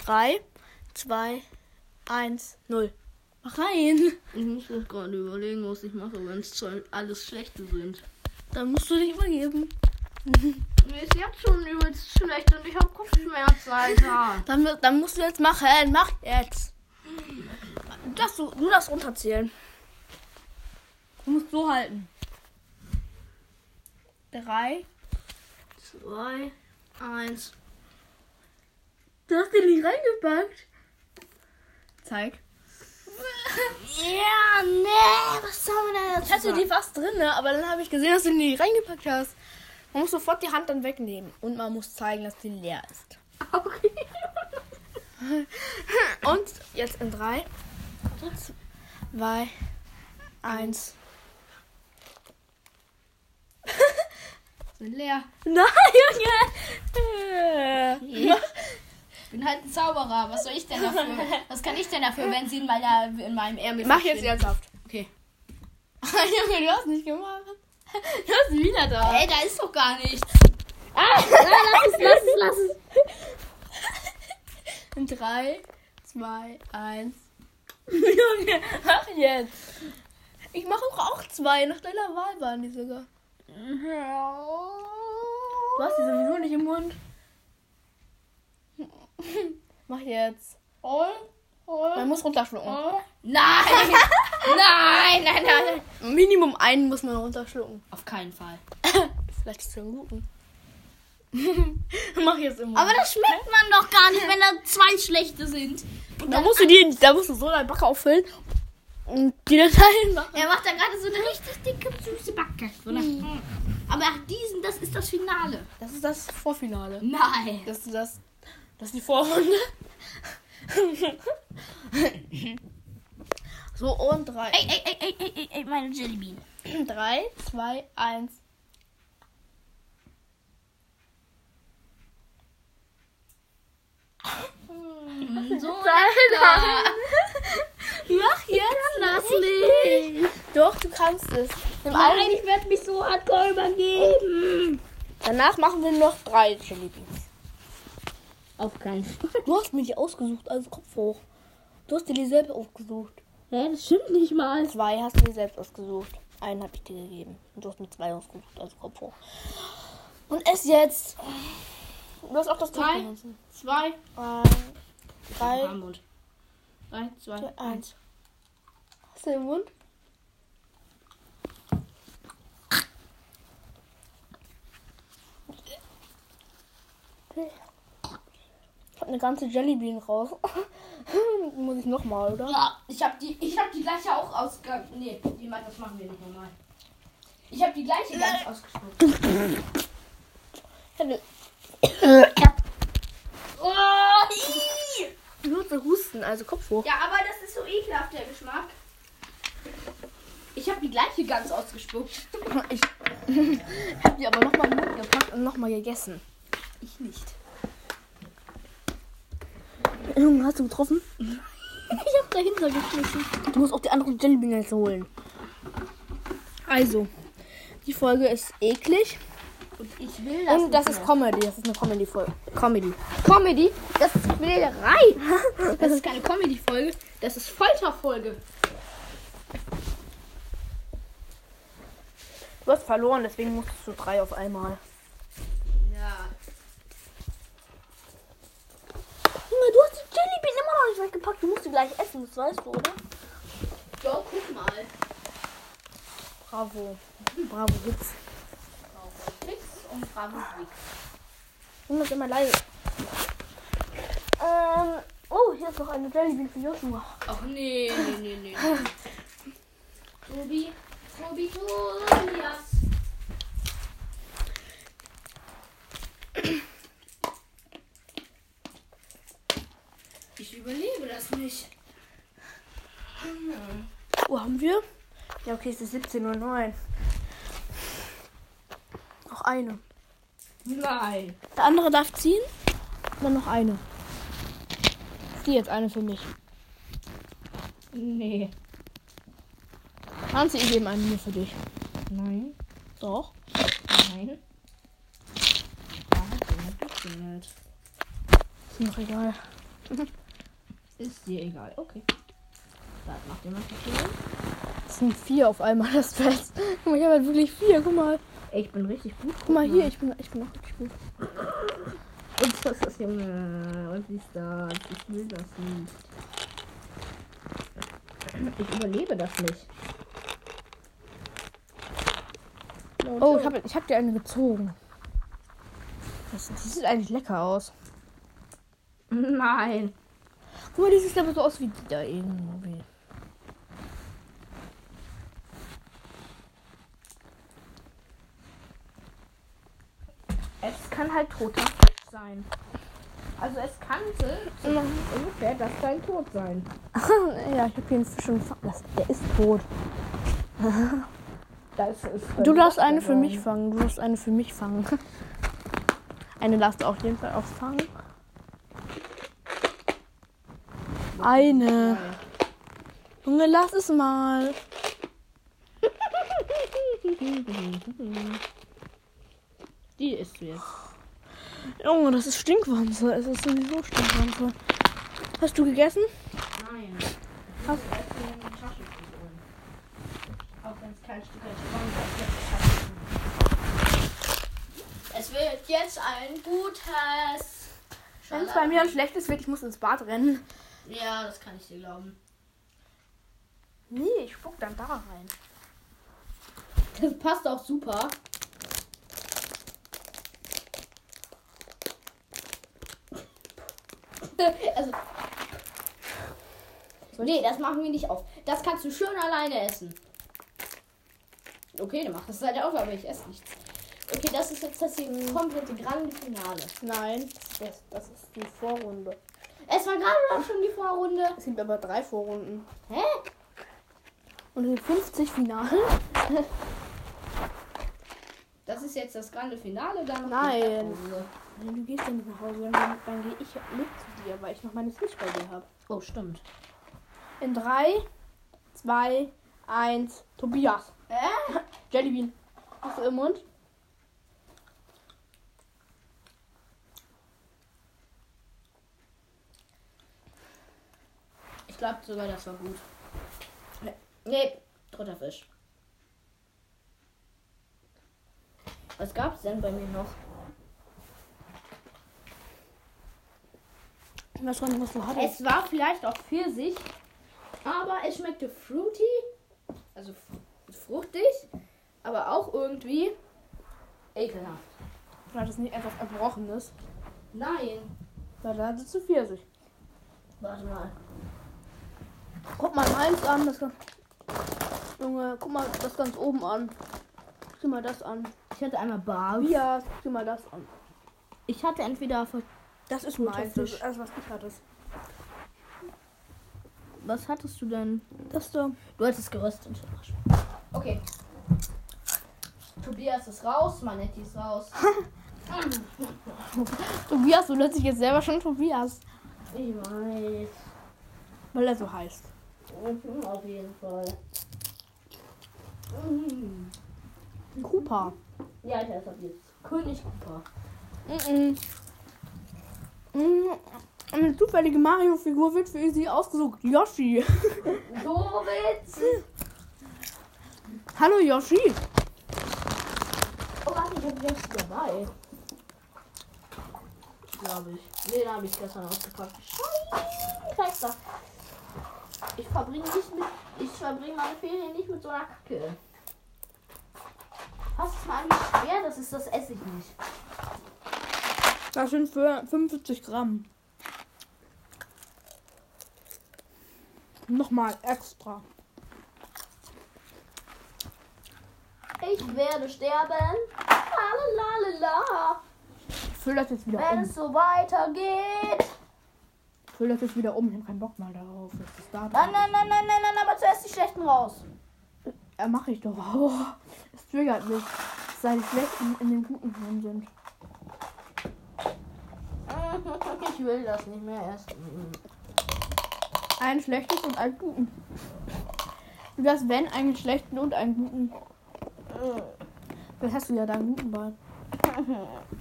Drei, zwei, eins, null. Mach rein. Ich muss mir gerade überlegen, was ich mache, wenn es alles schlechte sind. Dann musst du dich übergeben. Mir ist jetzt schon übelst schlecht und ich habe Kopfschmerzen, Alter. Dann, mu- dann musst du jetzt machen. Mach jetzt. Du darfst, so- du darfst runterzählen. Du musst so halten. Drei. Zwei, eins. Du hast den nicht reingepackt. Zeig. Ja, nee, was soll man denn jetzt hatte die fast drin, ne? aber dann habe ich gesehen, dass du die reingepackt hast. Man muss sofort die Hand dann wegnehmen. Und man muss zeigen, dass die leer ist. (laughs) Und jetzt in 3, 2, (laughs) 1. Sind leer. Nein, Junge! Ich bin halt ein Zauberer. Was soll ich denn dafür? Was kann ich denn dafür, wenn sie in, meiner, in meinem Ärmel Mach jetzt ernsthaft. Okay. Junge, du hast nicht gemacht. Du hast wieder da. Ey, da ist doch gar nichts. Lass es, lass es. In 3, 2, 1. (laughs) Junge, mach jetzt. Ich mache auch, auch zwei. Nach deiner Wahl waren die sogar. Mhm. Du hast die sowieso nicht im Mund. (laughs) Mach jetzt. Man muss runterschlucken. Nein! nein, nein, nein. Minimum einen muss man runterschlucken. Auf keinen Fall. Vielleicht ist es einen guten. Mach jetzt immer. Aber das schmeckt man doch gar nicht, wenn da zwei schlechte sind. Da musst du die, da musst du so deinen Backe auffüllen und die dann dahin machen. Er macht da gerade so eine richtig dicke, süße Backe. So nach- Aber nach diesem, das ist das Finale. Das ist das Vorfinale. Nein. Das ist das, das ist die Vorrunde. (laughs) so und drei, Ey, ey, ey, ey, ey, ey, ey, meine Jellybean. drei, zwei, eins. So. Mach jetzt, lass mich. Doch, du kannst es. Nimm einen. ich werde mich so hardcore übergeben. Danach machen wir noch drei Jelly Beans. Auf keinen Fall. Du hast mir die ausgesucht, also Kopf hoch. Du hast dir die selbst ausgesucht. Hä, das stimmt nicht mal. Zwei hast du dir selbst ausgesucht. Einen habe ich dir gegeben. Und du hast mir zwei ausgesucht, also Kopf hoch. Und es jetzt. Du hast auch das Drei. Kopf hoch. Zwei. Ein, drei, Armut. Drei, zwei, Zwei, eins. eins. hast du im Mund? Ich habe eine ganze Jellybean raus. (laughs) Muss ich nochmal, oder? Ja, ich habe die, ich hab die gleiche auch ausge... Nee, die, ma- das machen wir nicht normal. Ich habe die gleiche ganz ausgespuckt. Hätte- Oh, ii. Nur zu husten, also Kopf hoch. Ja, aber das ist so ekelhaft, der Geschmack. Ich habe die gleiche ganz ausgespuckt. Ich hab die aber nochmal in den Mund gepackt und nochmal gegessen. Ich nicht. Junge, hast du getroffen? (laughs) Ich hab dahinter geschmissen. Du musst auch die anderen Jellybean jetzt holen. Also, die Folge ist eklig. Und ich will das. Und das nicht ist mehr. Comedy. Das ist eine Comedy-Folge. Comedy. Comedy. Das ist Quälerei. Das ist keine Comedy-Folge. Das ist Folterfolge. Du hast verloren, deswegen musstest du drei auf einmal. Ja. Junge, du hast die Jellybean immer noch nicht weggepackt. Du musst die gleich essen, das weißt du, oder? Jo, guck mal. Bravo. Bravo, Witz. Fix und Bravo. Ich muss immer leise. Ähm, oh, hier ist noch eine Jellybean für Joshua. Ach nee, nee, nee, nee. Tobi, Tobi, Tobias. Ich überlebe das nicht. Uhr haben wir? Ja, okay, es ist 17.09 Uhr. Noch eine. Nein. Der andere darf ziehen. Dann noch eine. Zieh jetzt eine für mich. Nee. Nancy, ich gebe eine nur für dich. Nein. Doch. Nein. Da hat jemand geklingelt. Ist mir doch egal. Ist dir egal. Okay. Da hat noch jemand geklingelt. Es sind vier auf einmal, das Fest. Guck mal, ich habe halt wirklich vier. Guck mal. Ey, ich bin richtig gut. Guck mal hier, ich bin, ich bin auch richtig gut. (laughs) Und was ist das, Junge? Was ist das? Ich will das nicht. Ich überlebe das nicht. Oh, ich habe ich hab dir eine gezogen. Das, die sieht eigentlich lecker aus. Nein. Guck mal, die sieht aber so aus wie die da irgendwie. kann halt toter Fisch sein. Also es kann so ungefähr das dein Tod sein. ja, ich hab hier einen Fisch und fang das. Der ist tot. Das ist Du darfst eine für mich fangen. Du darfst eine für mich fangen. (laughs) Eine darfst du auf jeden Fall auch fangen. Eine. Junge, lass es mal. Die ist jetzt. Junge, das ist Stinkwanze. Es ist sowieso Stinkwanze. Hast du gegessen? Nein. Hast du Auch wenn es kein Stück ist. Es wird jetzt ein gutes. Wenn es bei mir ein schlechtes wird, ich muss ins Bad rennen. Ja, das kann ich dir glauben. Nee, ich spuck dann da rein. Das passt auch super. (laughs) Also, nee, das machen wir nicht auf. Das kannst du schön alleine essen. Okay, dann mach das halt auf, aber ich esse nichts. Okay, das ist jetzt das hier komplette Grande Finale. Nein, das, das ist die Vorrunde. Es war gerade doch schon die Vorrunde. Es gibt aber drei Vorrunden. Hä? Und es gibt 50 Finale? Das ist jetzt das Grande Finale. Dann Nein. Nein, du gehst ja nicht nach Hause, dann, dann gehe ich mit zu dir, weil ich noch meine Switch bei dir habe. Oh, stimmt. In 3, 2, 1, Tobias. Äh? Jellybean. Hast du im Mund? Ich glaube sogar, das war gut. Nee, dritter Fisch. Was gab's denn bei mir noch? Ich weiß gar nicht, was du hattest. Es war vielleicht auch Pfirsich, aber es schmeckte fruity, also f- fruchtig, aber auch irgendwie ekelhaft. Du hattest nicht etwas Erbrochenes. Nein. Weil da hattest du Pfirsich. Warte mal. Guck mal eins an, das ganz... Junge, guck mal das ganz oben an. Guck dir mal das an. Ich hatte einmal Barbie. Tobias, guck dir mal das an. Ich hatte entweder Das ist meins, das ist alles, was ich hattest. Was hattest du denn? Das da. Du hattest geröstet. Okay. Tobias ist raus, Manetti ist raus. Tobias, du nennst dich jetzt selber schon Tobias. Ich weiß. Weil er so heißt. Mhm, Auf jeden Fall. Mhm. Cooper. Ja, ich esse ab jetzt. König Cooper. Mhm. Mhm. Eine zufällige Mario-Figur wird für sie ausgesucht. Yoshi. Doritz! Hallo Yoshi. Oh, warte, ich hab Yoshi dabei. Glaube ich. Den habe ich gestern ausgepackt. Scheiße. Ich verbringe nicht mit. Ich verbringe meine Ferien nicht mit so einer Kacke. Was ist mal eigentlich schwer? Das ist das esse ich nicht. Das sind für 45 Gramm. Nochmal extra. Ich werde sterben. Lalalala. Ich fülle das jetzt wieder Wenn um. es so weitergeht. Ich fülle das jetzt wieder um. Ich habe keinen Bock mal darauf. Das ist da Nein, drin. nein, nein, nein, nein, nein, aber zuerst die schlechten raus. Äh, mache ich doch (laughs) auch. Es triggert mich, seit ich schlechten in den guten drin sind. (laughs) Ich will das nicht mehr essen. Einen schlechten und einen guten. Du hast wenn einen schlechten und einen guten. Das hast du ja deinen guten (laughs) bei.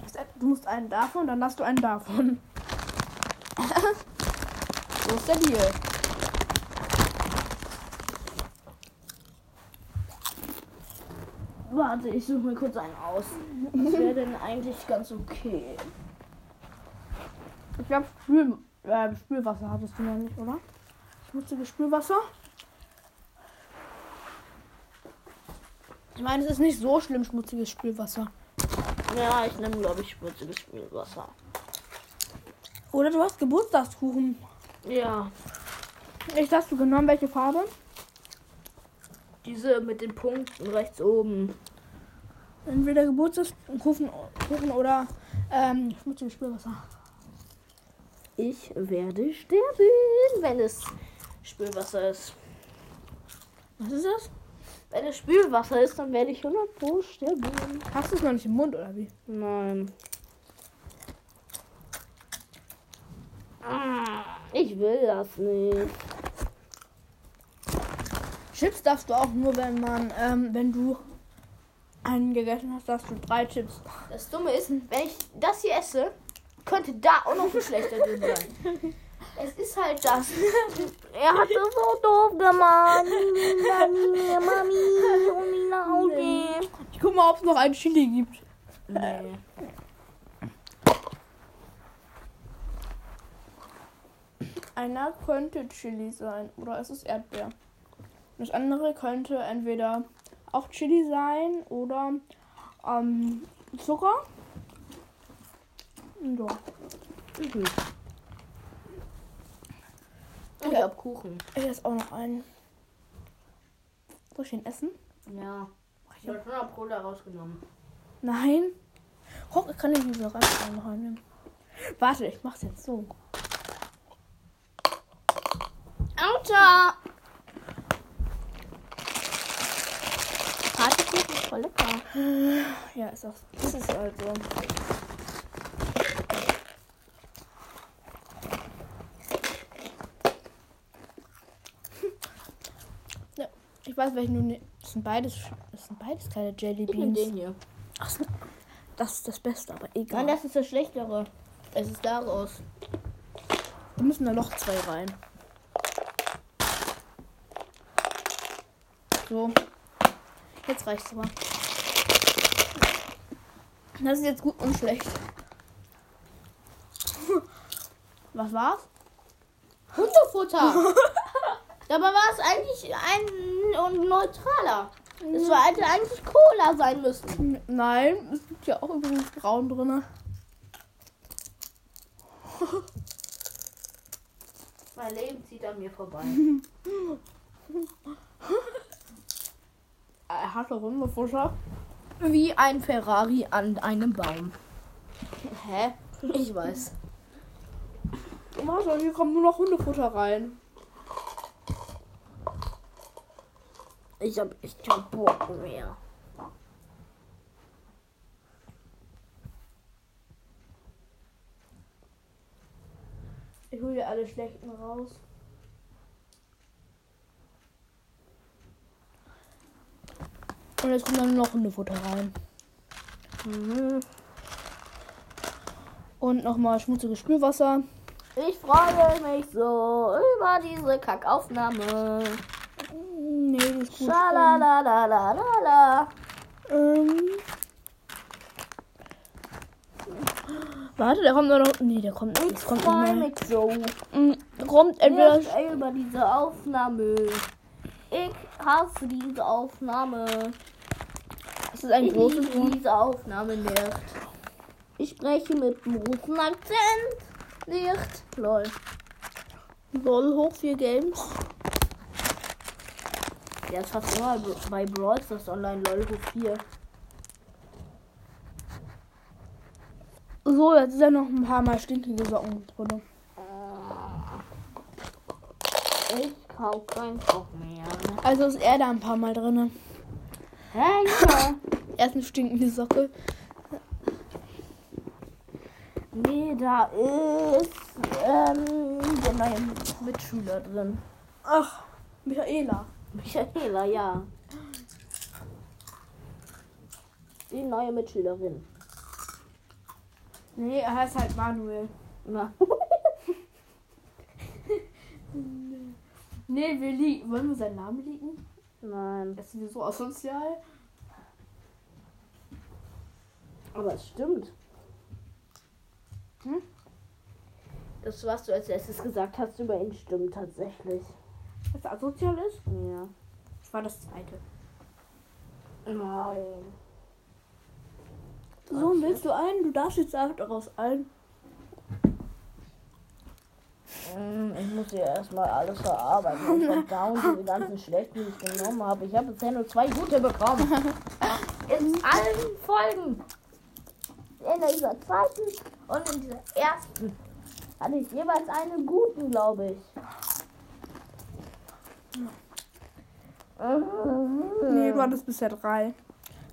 Das heißt, Du musst einen davon, dann hast du einen davon. (laughs) so ist der Deal. Warte, ich suche mir kurz einen aus. Das wäre denn eigentlich ganz okay. Ich glaube, Spül, äh, Spülwasser hattest du noch nicht, oder? Schmutziges Spülwasser. Ich meine, es ist nicht so schlimm, schmutziges Spülwasser. Ja, ich nehme, glaube ich, schmutziges Spülwasser. Oder du hast Geburtstagskuchen. Ja, Ich hast du genommen, welche Farbe? diese mit den Punkten rechts oben. Entweder Geburtstagskuchen Kuchen oder ähm, schmutziges Spülwasser. Ich werde sterben, wenn es Spülwasser ist. Was ist das? Wenn es Spülwasser ist, dann werde ich 100 Pro sterben. Hast du es noch nicht im Mund oder wie? Nein. Ah, Ich will das nicht. Chips darfst du auch nur, wenn man, ähm, wenn du einen gegessen hast, darfst du drei Chips. Das Dumme ist, wenn ich das hier esse, könnte da auch noch ein schlechter drin sein. Es ist halt das. Er hat das so doof gemacht. Mami, Mami, um und Nina Audi. Ich guck mal, ob es noch einen Chili gibt. Nee. Einer könnte Chili sein oder es ist Erdbeer. Das andere könnte entweder auch Chili sein oder ähm, Zucker. Ja. Ich hab Kuchen. Ich esse auch noch einen. Soll ich den essen? Ja. Ich hab schon mal Cola rausgenommen. Nein. Guck, ich kann nicht diese Reifen noch einnehmen. Warte, ich mach's jetzt so. Auto! Hartekuchen ist voll lecker. Ja, ist auch. Ist es also. Ja, ich weiß, welchen du ne- Das sind beides, das sind beides keine Jelly Ich nehme den Beans. hier. Ach, so. das ist das Beste, aber egal. Nein, das ist das Schlechtere. Es ist daraus. Da müssen da noch zwei rein. So. Jetzt reicht's aber. Das ist jetzt gut und schlecht. (laughs) Was war's? Hundefutter! (laughs) Dabei war es eigentlich ein und neutraler. Es war hätte eigentlich Cola sein müssen. Nein, es gibt ja auch übrigens Braun drin. Mein Leben zieht an mir vorbei. Äh, Er hat Runde Fischer. Wie ein Ferrari an einem Baum. Hä? Ich weiß. Marcel, hier kommt nur noch Hundefutter rein. Ich hab echt keinen Bock mehr. Ich hole hier alle schlechten raus. Und jetzt kommt dann noch Hundefutter rein. Mhm. Und nochmal schmutziges Spülwasser. Ich freue mich so über diese Kackaufnahme. Mm, Nee, das ist gut. Schalalalalala. Ähm. Warte, da kommt nur noch. Nee, der kommt nicht. Das kommt Ich nicht freue mehr. mich so Mm, Kommt entweder. sehr über diese Aufnahme. Ich hasse diese Aufnahme. Das ist ein Ich großes liebe diese Aufnahme nicht. Ich spreche mit einem roten Akzent. Nicht. Lol. Roll hoch vier Games. Der ist fast immer bei Brawl Stars online. Lol, hoch 4. So, jetzt ist ja noch ein paar Mal stinkige Socken drin. Ich kauf keinen Bock mehr. Also ist er da ein paar Mal drin. Hä? ja. Erst eine stinkende Socke. nee, da ist ähm, der neue Mitschüler drin. Ach, Michaela. Michaela, ja. Die neue Mitschülerin. Nee, er heißt halt Manuel. Na. Nee, wir liegen. Wollen wir seinen Namen liegen? Nein. Das ist sowieso asozial. Aber es stimmt. Hm? Das, was du als erstes gesagt hast über ihn, stimmt tatsächlich. Dass er asozial ist? Ja. Das war das zweite. Nein. So, und willst du einen? Du darfst jetzt auch daraus ein. Mm, Ich muss hier erstmal alles (laughs) (laughs) verarbeiten. Ich verdauen diese ganzen schlechten, die ich genommen habe. Ich habe bisher nur zwei gute bekommen. in allen Folgen, in dieser zweiten und in dieser ersten, hatte ich jeweils einen guten, glaube ich. Mhm. Nee, du hattest bisher drei.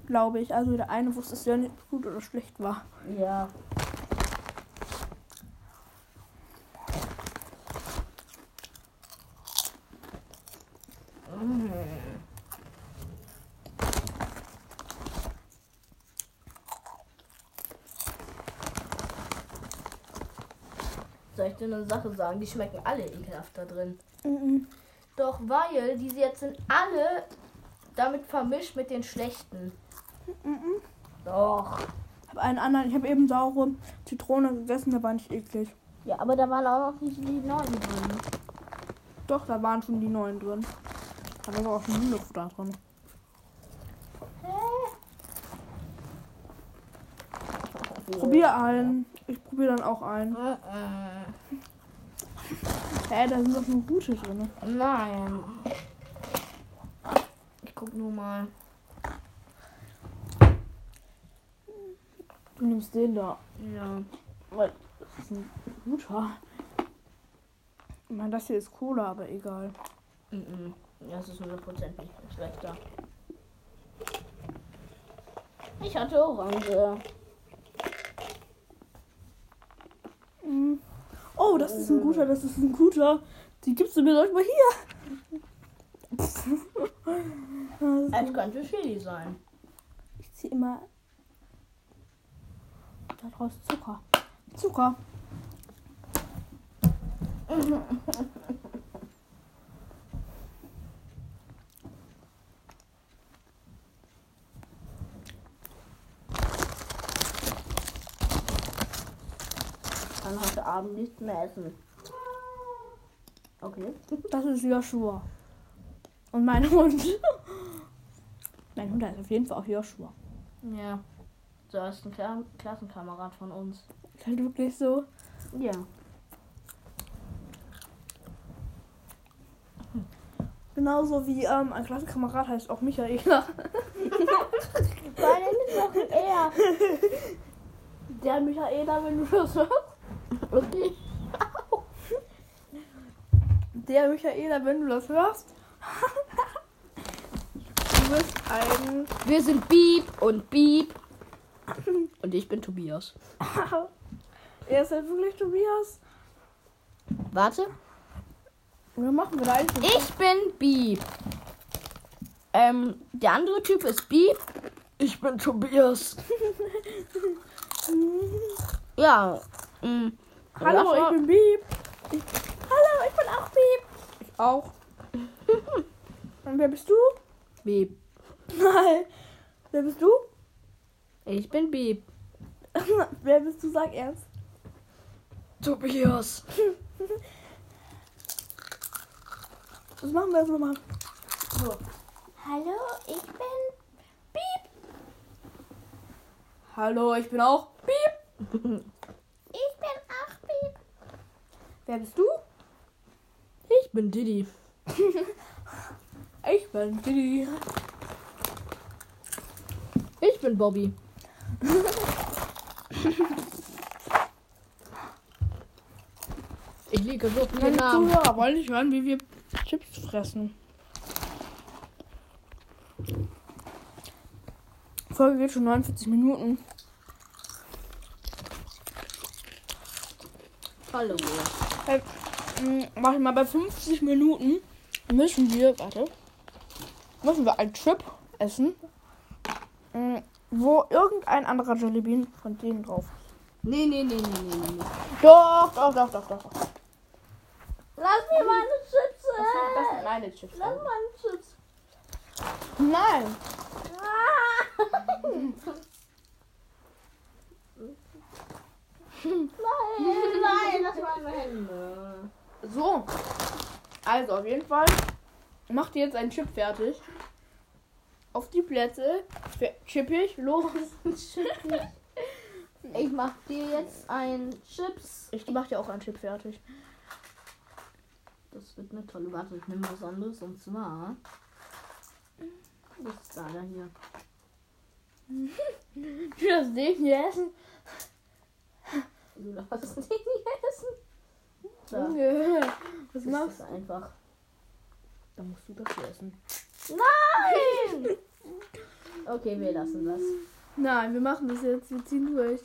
Glaube ich. Also der eine wusstest du ja nicht, ob gut oder schlecht war. Ja. Soll ich dir eine Sache sagen? Die schmecken alle ekelhaft da drin. Mhm. Doch, weil diese jetzt sind alle damit vermischt mit den schlechten. Doch. Ich habe einen anderen, ich habe eben saure Zitrone gegessen, der war nicht eklig. Ja, aber da waren auch noch nicht die neuen drin. Doch, da waren schon die neuen drin. Da war auch schon Luft da drin. Probier einen. Ich probiere dann auch einen. Mhm. Hä, da sind doch nur gute drin. Nein. Ich guck nur mal. Du nimmst den da, Ja. weil das ist ein guter. Ich meine, das hier ist Cola, aber egal. Mhm. Das ist 100% nicht schlechter. Ich hatte Orange. Oh, das ist ein guter, das ist ein guter. Die gibst du mir doch mal hier. (laughs) Es könnte Chili sein. Ich ziehe immer daraus Zucker. Zucker. Ich kann heute Abend nichts mehr essen. Okay. Das ist Joshua. Und mein (laughs) Hund. Mein Hund heißt auf jeden Fall auch Joshua. Ja. So das ist ein Kla Klassenkamerad von uns. Ist halt wirklich so. Ja. Genauso wie ähm, ein Klassenkamerad heißt auch Michaela. Meine ist noch eher. Der Michaela, wenn du das hörst. Okay. Der Michaela, wenn du das hörst. (laughs) du bist ein. (laughs) Wir sind Beep und Beep. Und ich bin Tobias. Er ist halt wirklich Tobias. Warte. Oder machen wir da eigentlich? Ich bin Beep. Ähm, der andere Typ ist Beep. Ich bin Tobias. Hm. ja. mm. Hallo, ich bin Bieb. Ich, hallo, ich bin auch Bieb. Ich auch. (laughs) Und wer bist du? Beep. Nein. Wer bist du? (laughs) Ich bin Beep. wer bist du? Sag ernst. Tobias. Das machen wir jetzt nochmal. Hallo, ich bin. Hallo, ich bin auch Bieb. Ich bin auch Piep. Wer bist du? Ich bin Didi. Ich bin Didi. Ich (laughs) bin Bobby. ich liege so viel Meine Namen. Zuhörer wollen nicht hören, wie wir Chips fressen. Die Folge geht schon 49 Minuten. Hallo. Halt, mh, mach ich mal bei 50 Minuten müssen wir, warte, müssen wir einen Trip essen, mh, wo irgendein anderer Jellybean von denen drauf ist. Nee, nee, nee, nee, nee, nee, nee. Doch, doch, doch, doch, doch. doch. Lass mir mal eine Schütze. Das sind meine Chips. Lass mal eine (laughs) Schütze. Nein. Nein. (laughs) Nein, nein, das waren meine Hände. So. Also auf jeden Fall macht ihr jetzt einen Chip fertig. Auf die Plätze. Fe- Chippig, los. Ich mach dir jetzt ein Chips. Ich mach dir auch einen Chip fertig. Das wird eine tolle. Warte, ich nehme was anderes und zwar. Das ist leider hier. Du darfst den hier essen. Du darfst (laughs) den hier essen. So, Junge, was das machst ist einfach. Da musst du das hier essen. Nein! Okay, wir lassen das. Nein, wir machen das jetzt. Wir ziehen durch.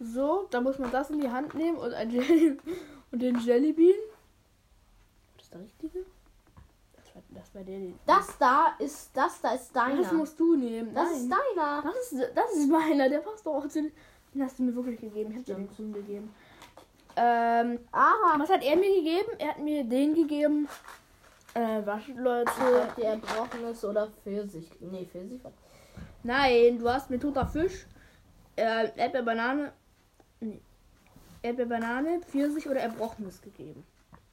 So, da muss man das in die Hand nehmen und ein Jelly (laughs) und den Jellybean. Das ist der richtige? Das war, das war der. den- Das da ist, das da ist deiner. Das musst du nehmen. Das Nein. ist deiner. Das ist, das ist meiner, der passt doch auch zu. Den hast du mir wirklich gegeben. Ich hab dir den zu ihm gegeben. Ähm, Aha. was hat er mir gegeben? Er hat mir den gegeben. Äh, was, Leute? Ob die erbrochen ist oder Pfirsich. Nee, Pfirsich war. Nein, du hast mir toter Fisch, äh, Erdbeer, Banane. Nee. Erdbeer, Banane, Pfirsich oder Erbrochenes gegeben.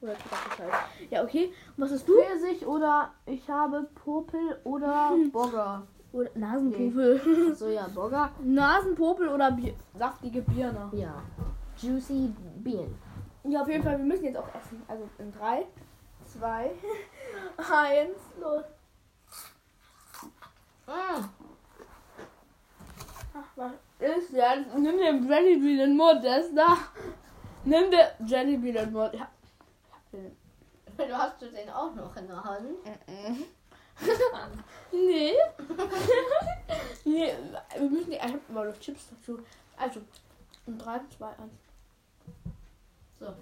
Oder toter Fisch halt. Ja, okay. Und was hast du? Pfirsich oder ich habe Popel oder Bogger. Oder Nasenpopel. So ja, Bogger. (laughs) Nasenpopel oder Bier, saftige Birne. Ja. Juicy Bean. Ja, auf jeden Fall, wir müssen jetzt auch essen. Also in drei. (laughs) Zwei, eins, los. Mm. Ist ja, nimm den Jellybean in den Mund, der ist da. Nimm den Jellybean in den Mund. Ja. Du hast du den auch noch in der Hand. Mhm. (laughs) Nee. (laughs) nee, wir müssen die einfach mal noch Chips dazu. Also, in 3, 2, 1. So.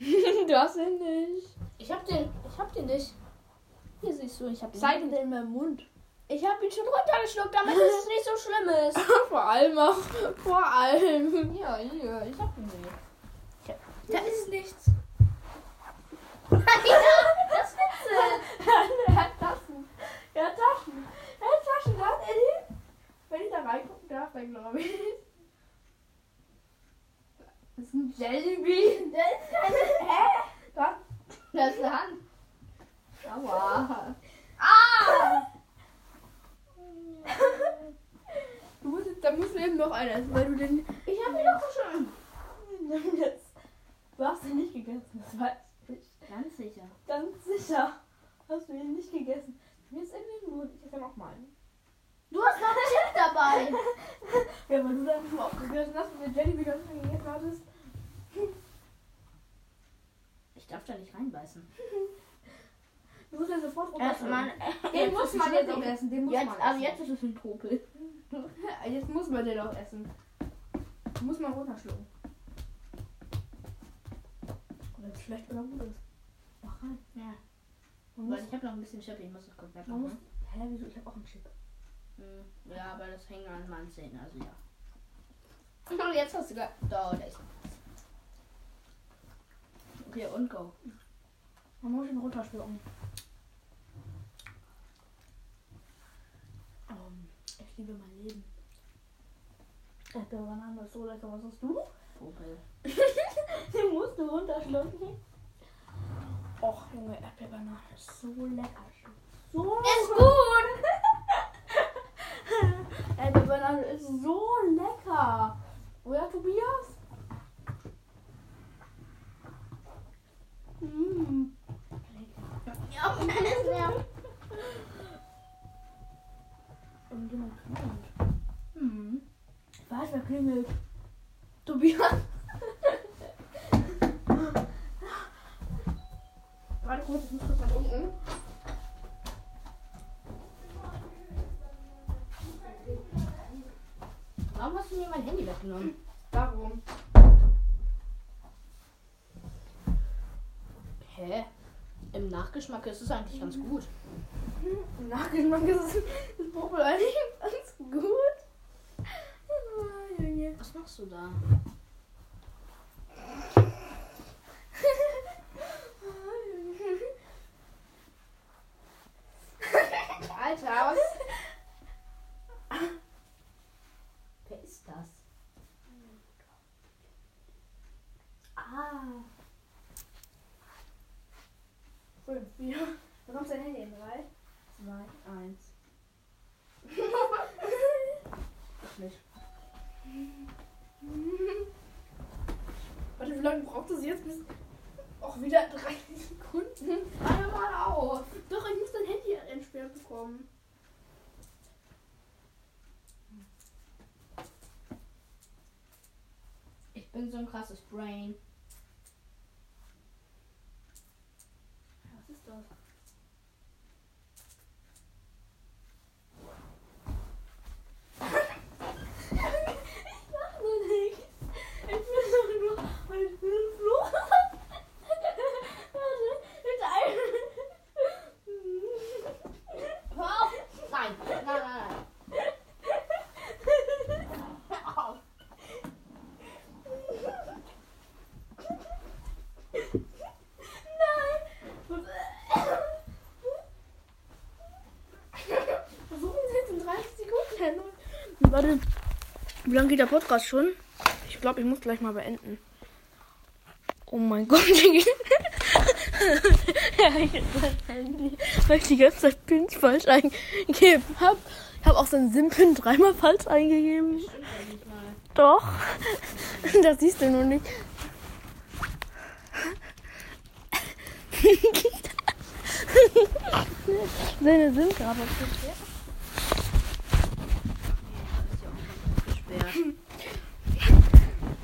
(laughs) du hast ihn nicht. Ich hab den, ich hab den nicht. Hier siehst du, ich hab den. Zeig ihn in meinem Mund. Ich hab ihn schon runtergeschluckt, (laughs) damit es nicht so schlimm ist. vor allem auch. Vor allem. Ja, hier, ich hab ihn nicht. Da Hm. ist nichts. (laughs) das ist Witzel. (laughs) er hat Taschen. Er hat Taschen. Er hat Taschen. Da hat er die. Wenn ich da reingucken darf, dann glaube ich. Das ist ein Jellybean. Das ist keine. Hä? Was? Das ist eine Hand. Aua. Ah! Du musst jetzt, da musst du eben noch einer essen, weil du den. Ich habe ihn doch (laughs) schon. Jetzt. Du hast ihn nicht gegessen, das weiß ich. Ganz sicher. Ganz sicher hast du ihn nicht gegessen. Mir ist irgendwie den Mund. Ich kann auch mal. einen. Du hast noch einen Chip dabei. (laughs) Ja, weil du dann nicht mal aufgegessen hast und den Jellybean ganz schnell gegessen hattest. Ich darf da nicht reinbeißen. Du musst ja sofort Erstmal. Den muss man jetzt auch essen. Den muss Oh Jetzt, man also essen. jetzt ist es ein Popel. Jetzt muss man den auch essen. Muss man runterschlucken. Wenn es schlecht oder gut Mhm. ist. Mach rein. Ja. Man muss, ich habe noch ein bisschen Chip, ich muss das komplett man muss, hä, wieso? Ich hab auch einen Chip. Mhm. Ja, aber das hängt an meinen Zähnen, also ja. Und jetzt hast du gar. Da, da ist. Okay, und go. Man muss ihn runterschlucken. Ähm, ich liebe mein Leben. Erdbeere Banane ist so lecker. Was hast du? Popel. (laughs) Den musst du runterschlucken. Och, Junge, Erdbeere Banane ist so lecker. So. Ist gut! (laughs) Erdbeer Banane ist so lecker. Oder Tobias? Mm. Ja, ja. Irgendjemand knurrt. Hm. Was, wer klingelt? Tobias! Warte kurz, ich muss kurz nach unten. Warum hast du mir mein Handy weggenommen? Darum. Hä? Im Nachgeschmack ist es eigentlich ganz gut. Im Nachgeschmack ist das Popel eigentlich ganz gut. Ah, Junge. (laughs) Was machst du da? Alter, was? Wer ist das? Ah. Fünf, vier. Da kommt dein Handy in drei. Zwei. Eins. ich nicht. Warte, wie lange braucht das jetzt bis. Auch wieder drei Sekunden. Warte mal auf! Doch, ich muss dein Handy entsperrt bekommen. bin so ein krasses Brain. Was ist das? ich mach nur nichts. Ich bin doch nur ein Filmfluch. Warte, bitte ein. Hör auf! Nein, nein, nein, nein. Hör auf! Versuchen Sie jetzt in 30 Sekunden. Herr Null. Warte, wie lange geht der Podcast schon? Ich glaube, ich muss gleich mal beenden. Oh mein Gott, (laughs) Digga. Ja, ich hab das Handy, Weil ich die ganze Zeit Pins falsch eingegeben habe. Ich habe auch so einen Sim-Pin dreimal falsch eingegeben. Doch. (laughs) Das siehst du nur nicht. (laughs) Seine SIM-Karte.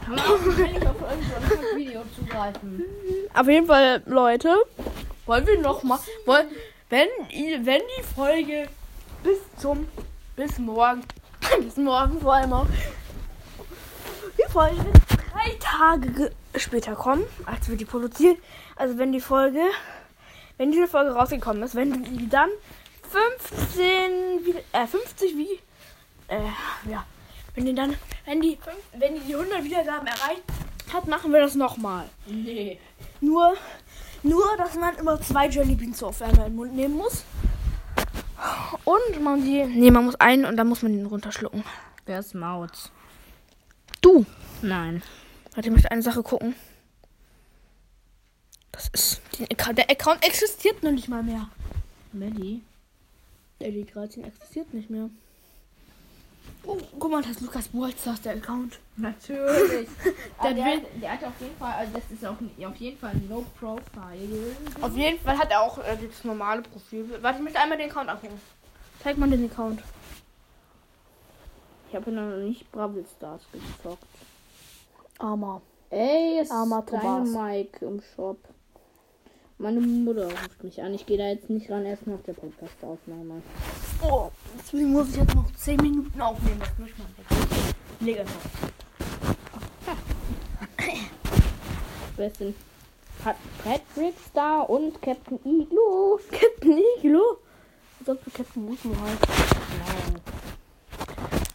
Kann ich auf irgendein Video zugreifen? Auf jeden Fall, Leute, wollen wir noch mal, woll- wenn, ihr- wenn die Folge bis zum, bis morgen, (laughs) bis morgen vor allem auch, die Folge wird drei Tage ge- später kommen, als wir die produzieren. Also wenn die Folge, wenn diese Folge rausgekommen ist, wenn die dann 15, Vi- äh, 50 wie, äh, ja, wenn die dann, wenn die, fünf- wenn die die 100 Wiedergaben erreicht hat, machen wir das nochmal. Nee. Nur, nur, dass man immer zwei Jellybeans auf einmal in den Mund nehmen muss. Und man die. Nee, man muss einen und dann muss man den runterschlucken. Wer ist Mautz? Du! Nein. Warte, ich möchte eine Sache gucken. Das ist. Den Account, der Account existiert noch nicht mal mehr. Melli? Der die 13 existiert nicht mehr. Oh, guck mal, das ist Lukas Bolsters, der Account. Natürlich. Der der, der, will- hat, der hat auf jeden Fall, also das ist auch n- auf jeden Fall No Profile. Auf jeden Fall hat er auch äh, das normale Profil. Warte, ich möchte einmal den Account angucken. Zeig mal den Account. Ich habe noch nicht Bravel Stars gezockt. Armer. Ey, es Armer ist deine Tobias. Mike im Shop. Meine Mutter ruft mich an. Ich gehe da jetzt nicht ran, erst nach der Podcast-Aufnahme. Oh, deswegen muss ich jetzt noch 10 Minuten aufnehmen. Das muss ich mal weg. Leg einfach. Wer ist denn? Pat Patrick Star und Captain Igloo. Captain Iglo? Als ob du Captain Iglo heißt. Nein. halt.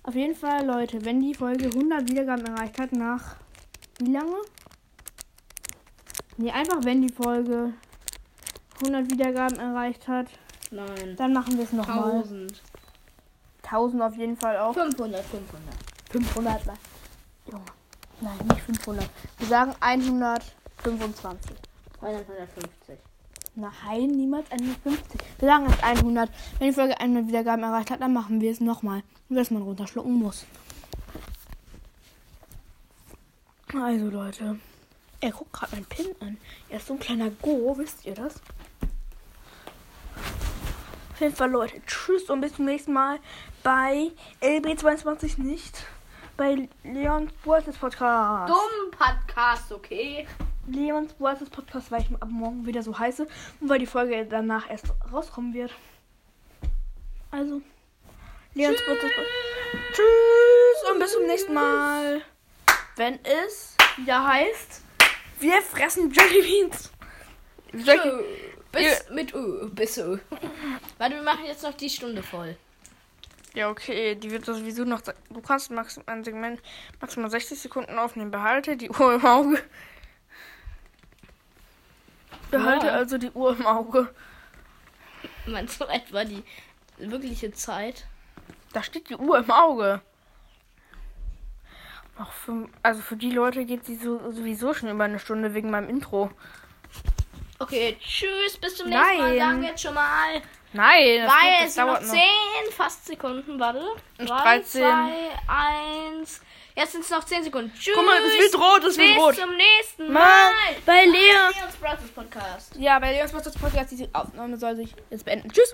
Auf jeden Fall, Leute, wenn die Folge 100 Wiedergaben erreicht hat, nach wie lange? Nee, einfach wenn die Folge 100 Wiedergaben erreicht hat, Nein. dann machen wir es nochmal. 1000. 1000 auf jeden Fall auch. 500, 500. 500. mal. Junge. Nein, nicht 500. Wir sagen 125. 150. Nein, niemals 150. Wir sagen jetzt 100. Wenn die Folge 100 Wiedergaben erreicht hat, dann machen wir es nochmal. Nur, dass man runterschlucken muss. Also, Leute. Er guckt gerade meinen Pin an. Er ist so ein kleiner Go, wisst ihr das? Auf jeden Fall, Leute. Tschüss und bis zum nächsten Mal bei LB22 nicht. Bei Leons Wortes Podcast. Dumm Podcast, okay? Leons Voices Podcast, weil ich ab morgen wieder so heiße und weil die Folge danach erst rauskommen wird. Also, Leons Voices Podcast. Tschüss und bis zum nächsten Mal. Wenn es wieder heißt, wir fressen Jellybeans. Jelly Bis mit Ö, bis Ö. (laughs) Warte, wir machen jetzt noch die Stunde voll. ja, okay, die wird sowieso noch. se- Du kannst max ein Segment maximal 60 Sekunden aufnehmen. Behalte die Uhr im Auge. Behalte Ja. also die Uhr im Auge. Meinst du etwa die wirkliche Zeit? Da steht die Uhr im Auge. Auch für, also für die Leute geht sie so, sowieso schon über eine Stunde wegen meinem Intro. Okay, tschüss, bis zum nächsten Mal, Nein. sagen wir jetzt schon mal. Nein, das, geht- Weil das es sind noch dauert noch. 10 fast Sekunden, warte. 3, 13. 2, 1. Jetzt sind es noch 10 Sekunden. Tschüss. Guck mal, es wird rot, es wird Bis rot. zum nächsten Mann, Mal. bei Leon. Leons Brothers Podcast. Ja, bei Leons Podcast, diese Aufnahme soll sich jetzt beenden. Tschüss.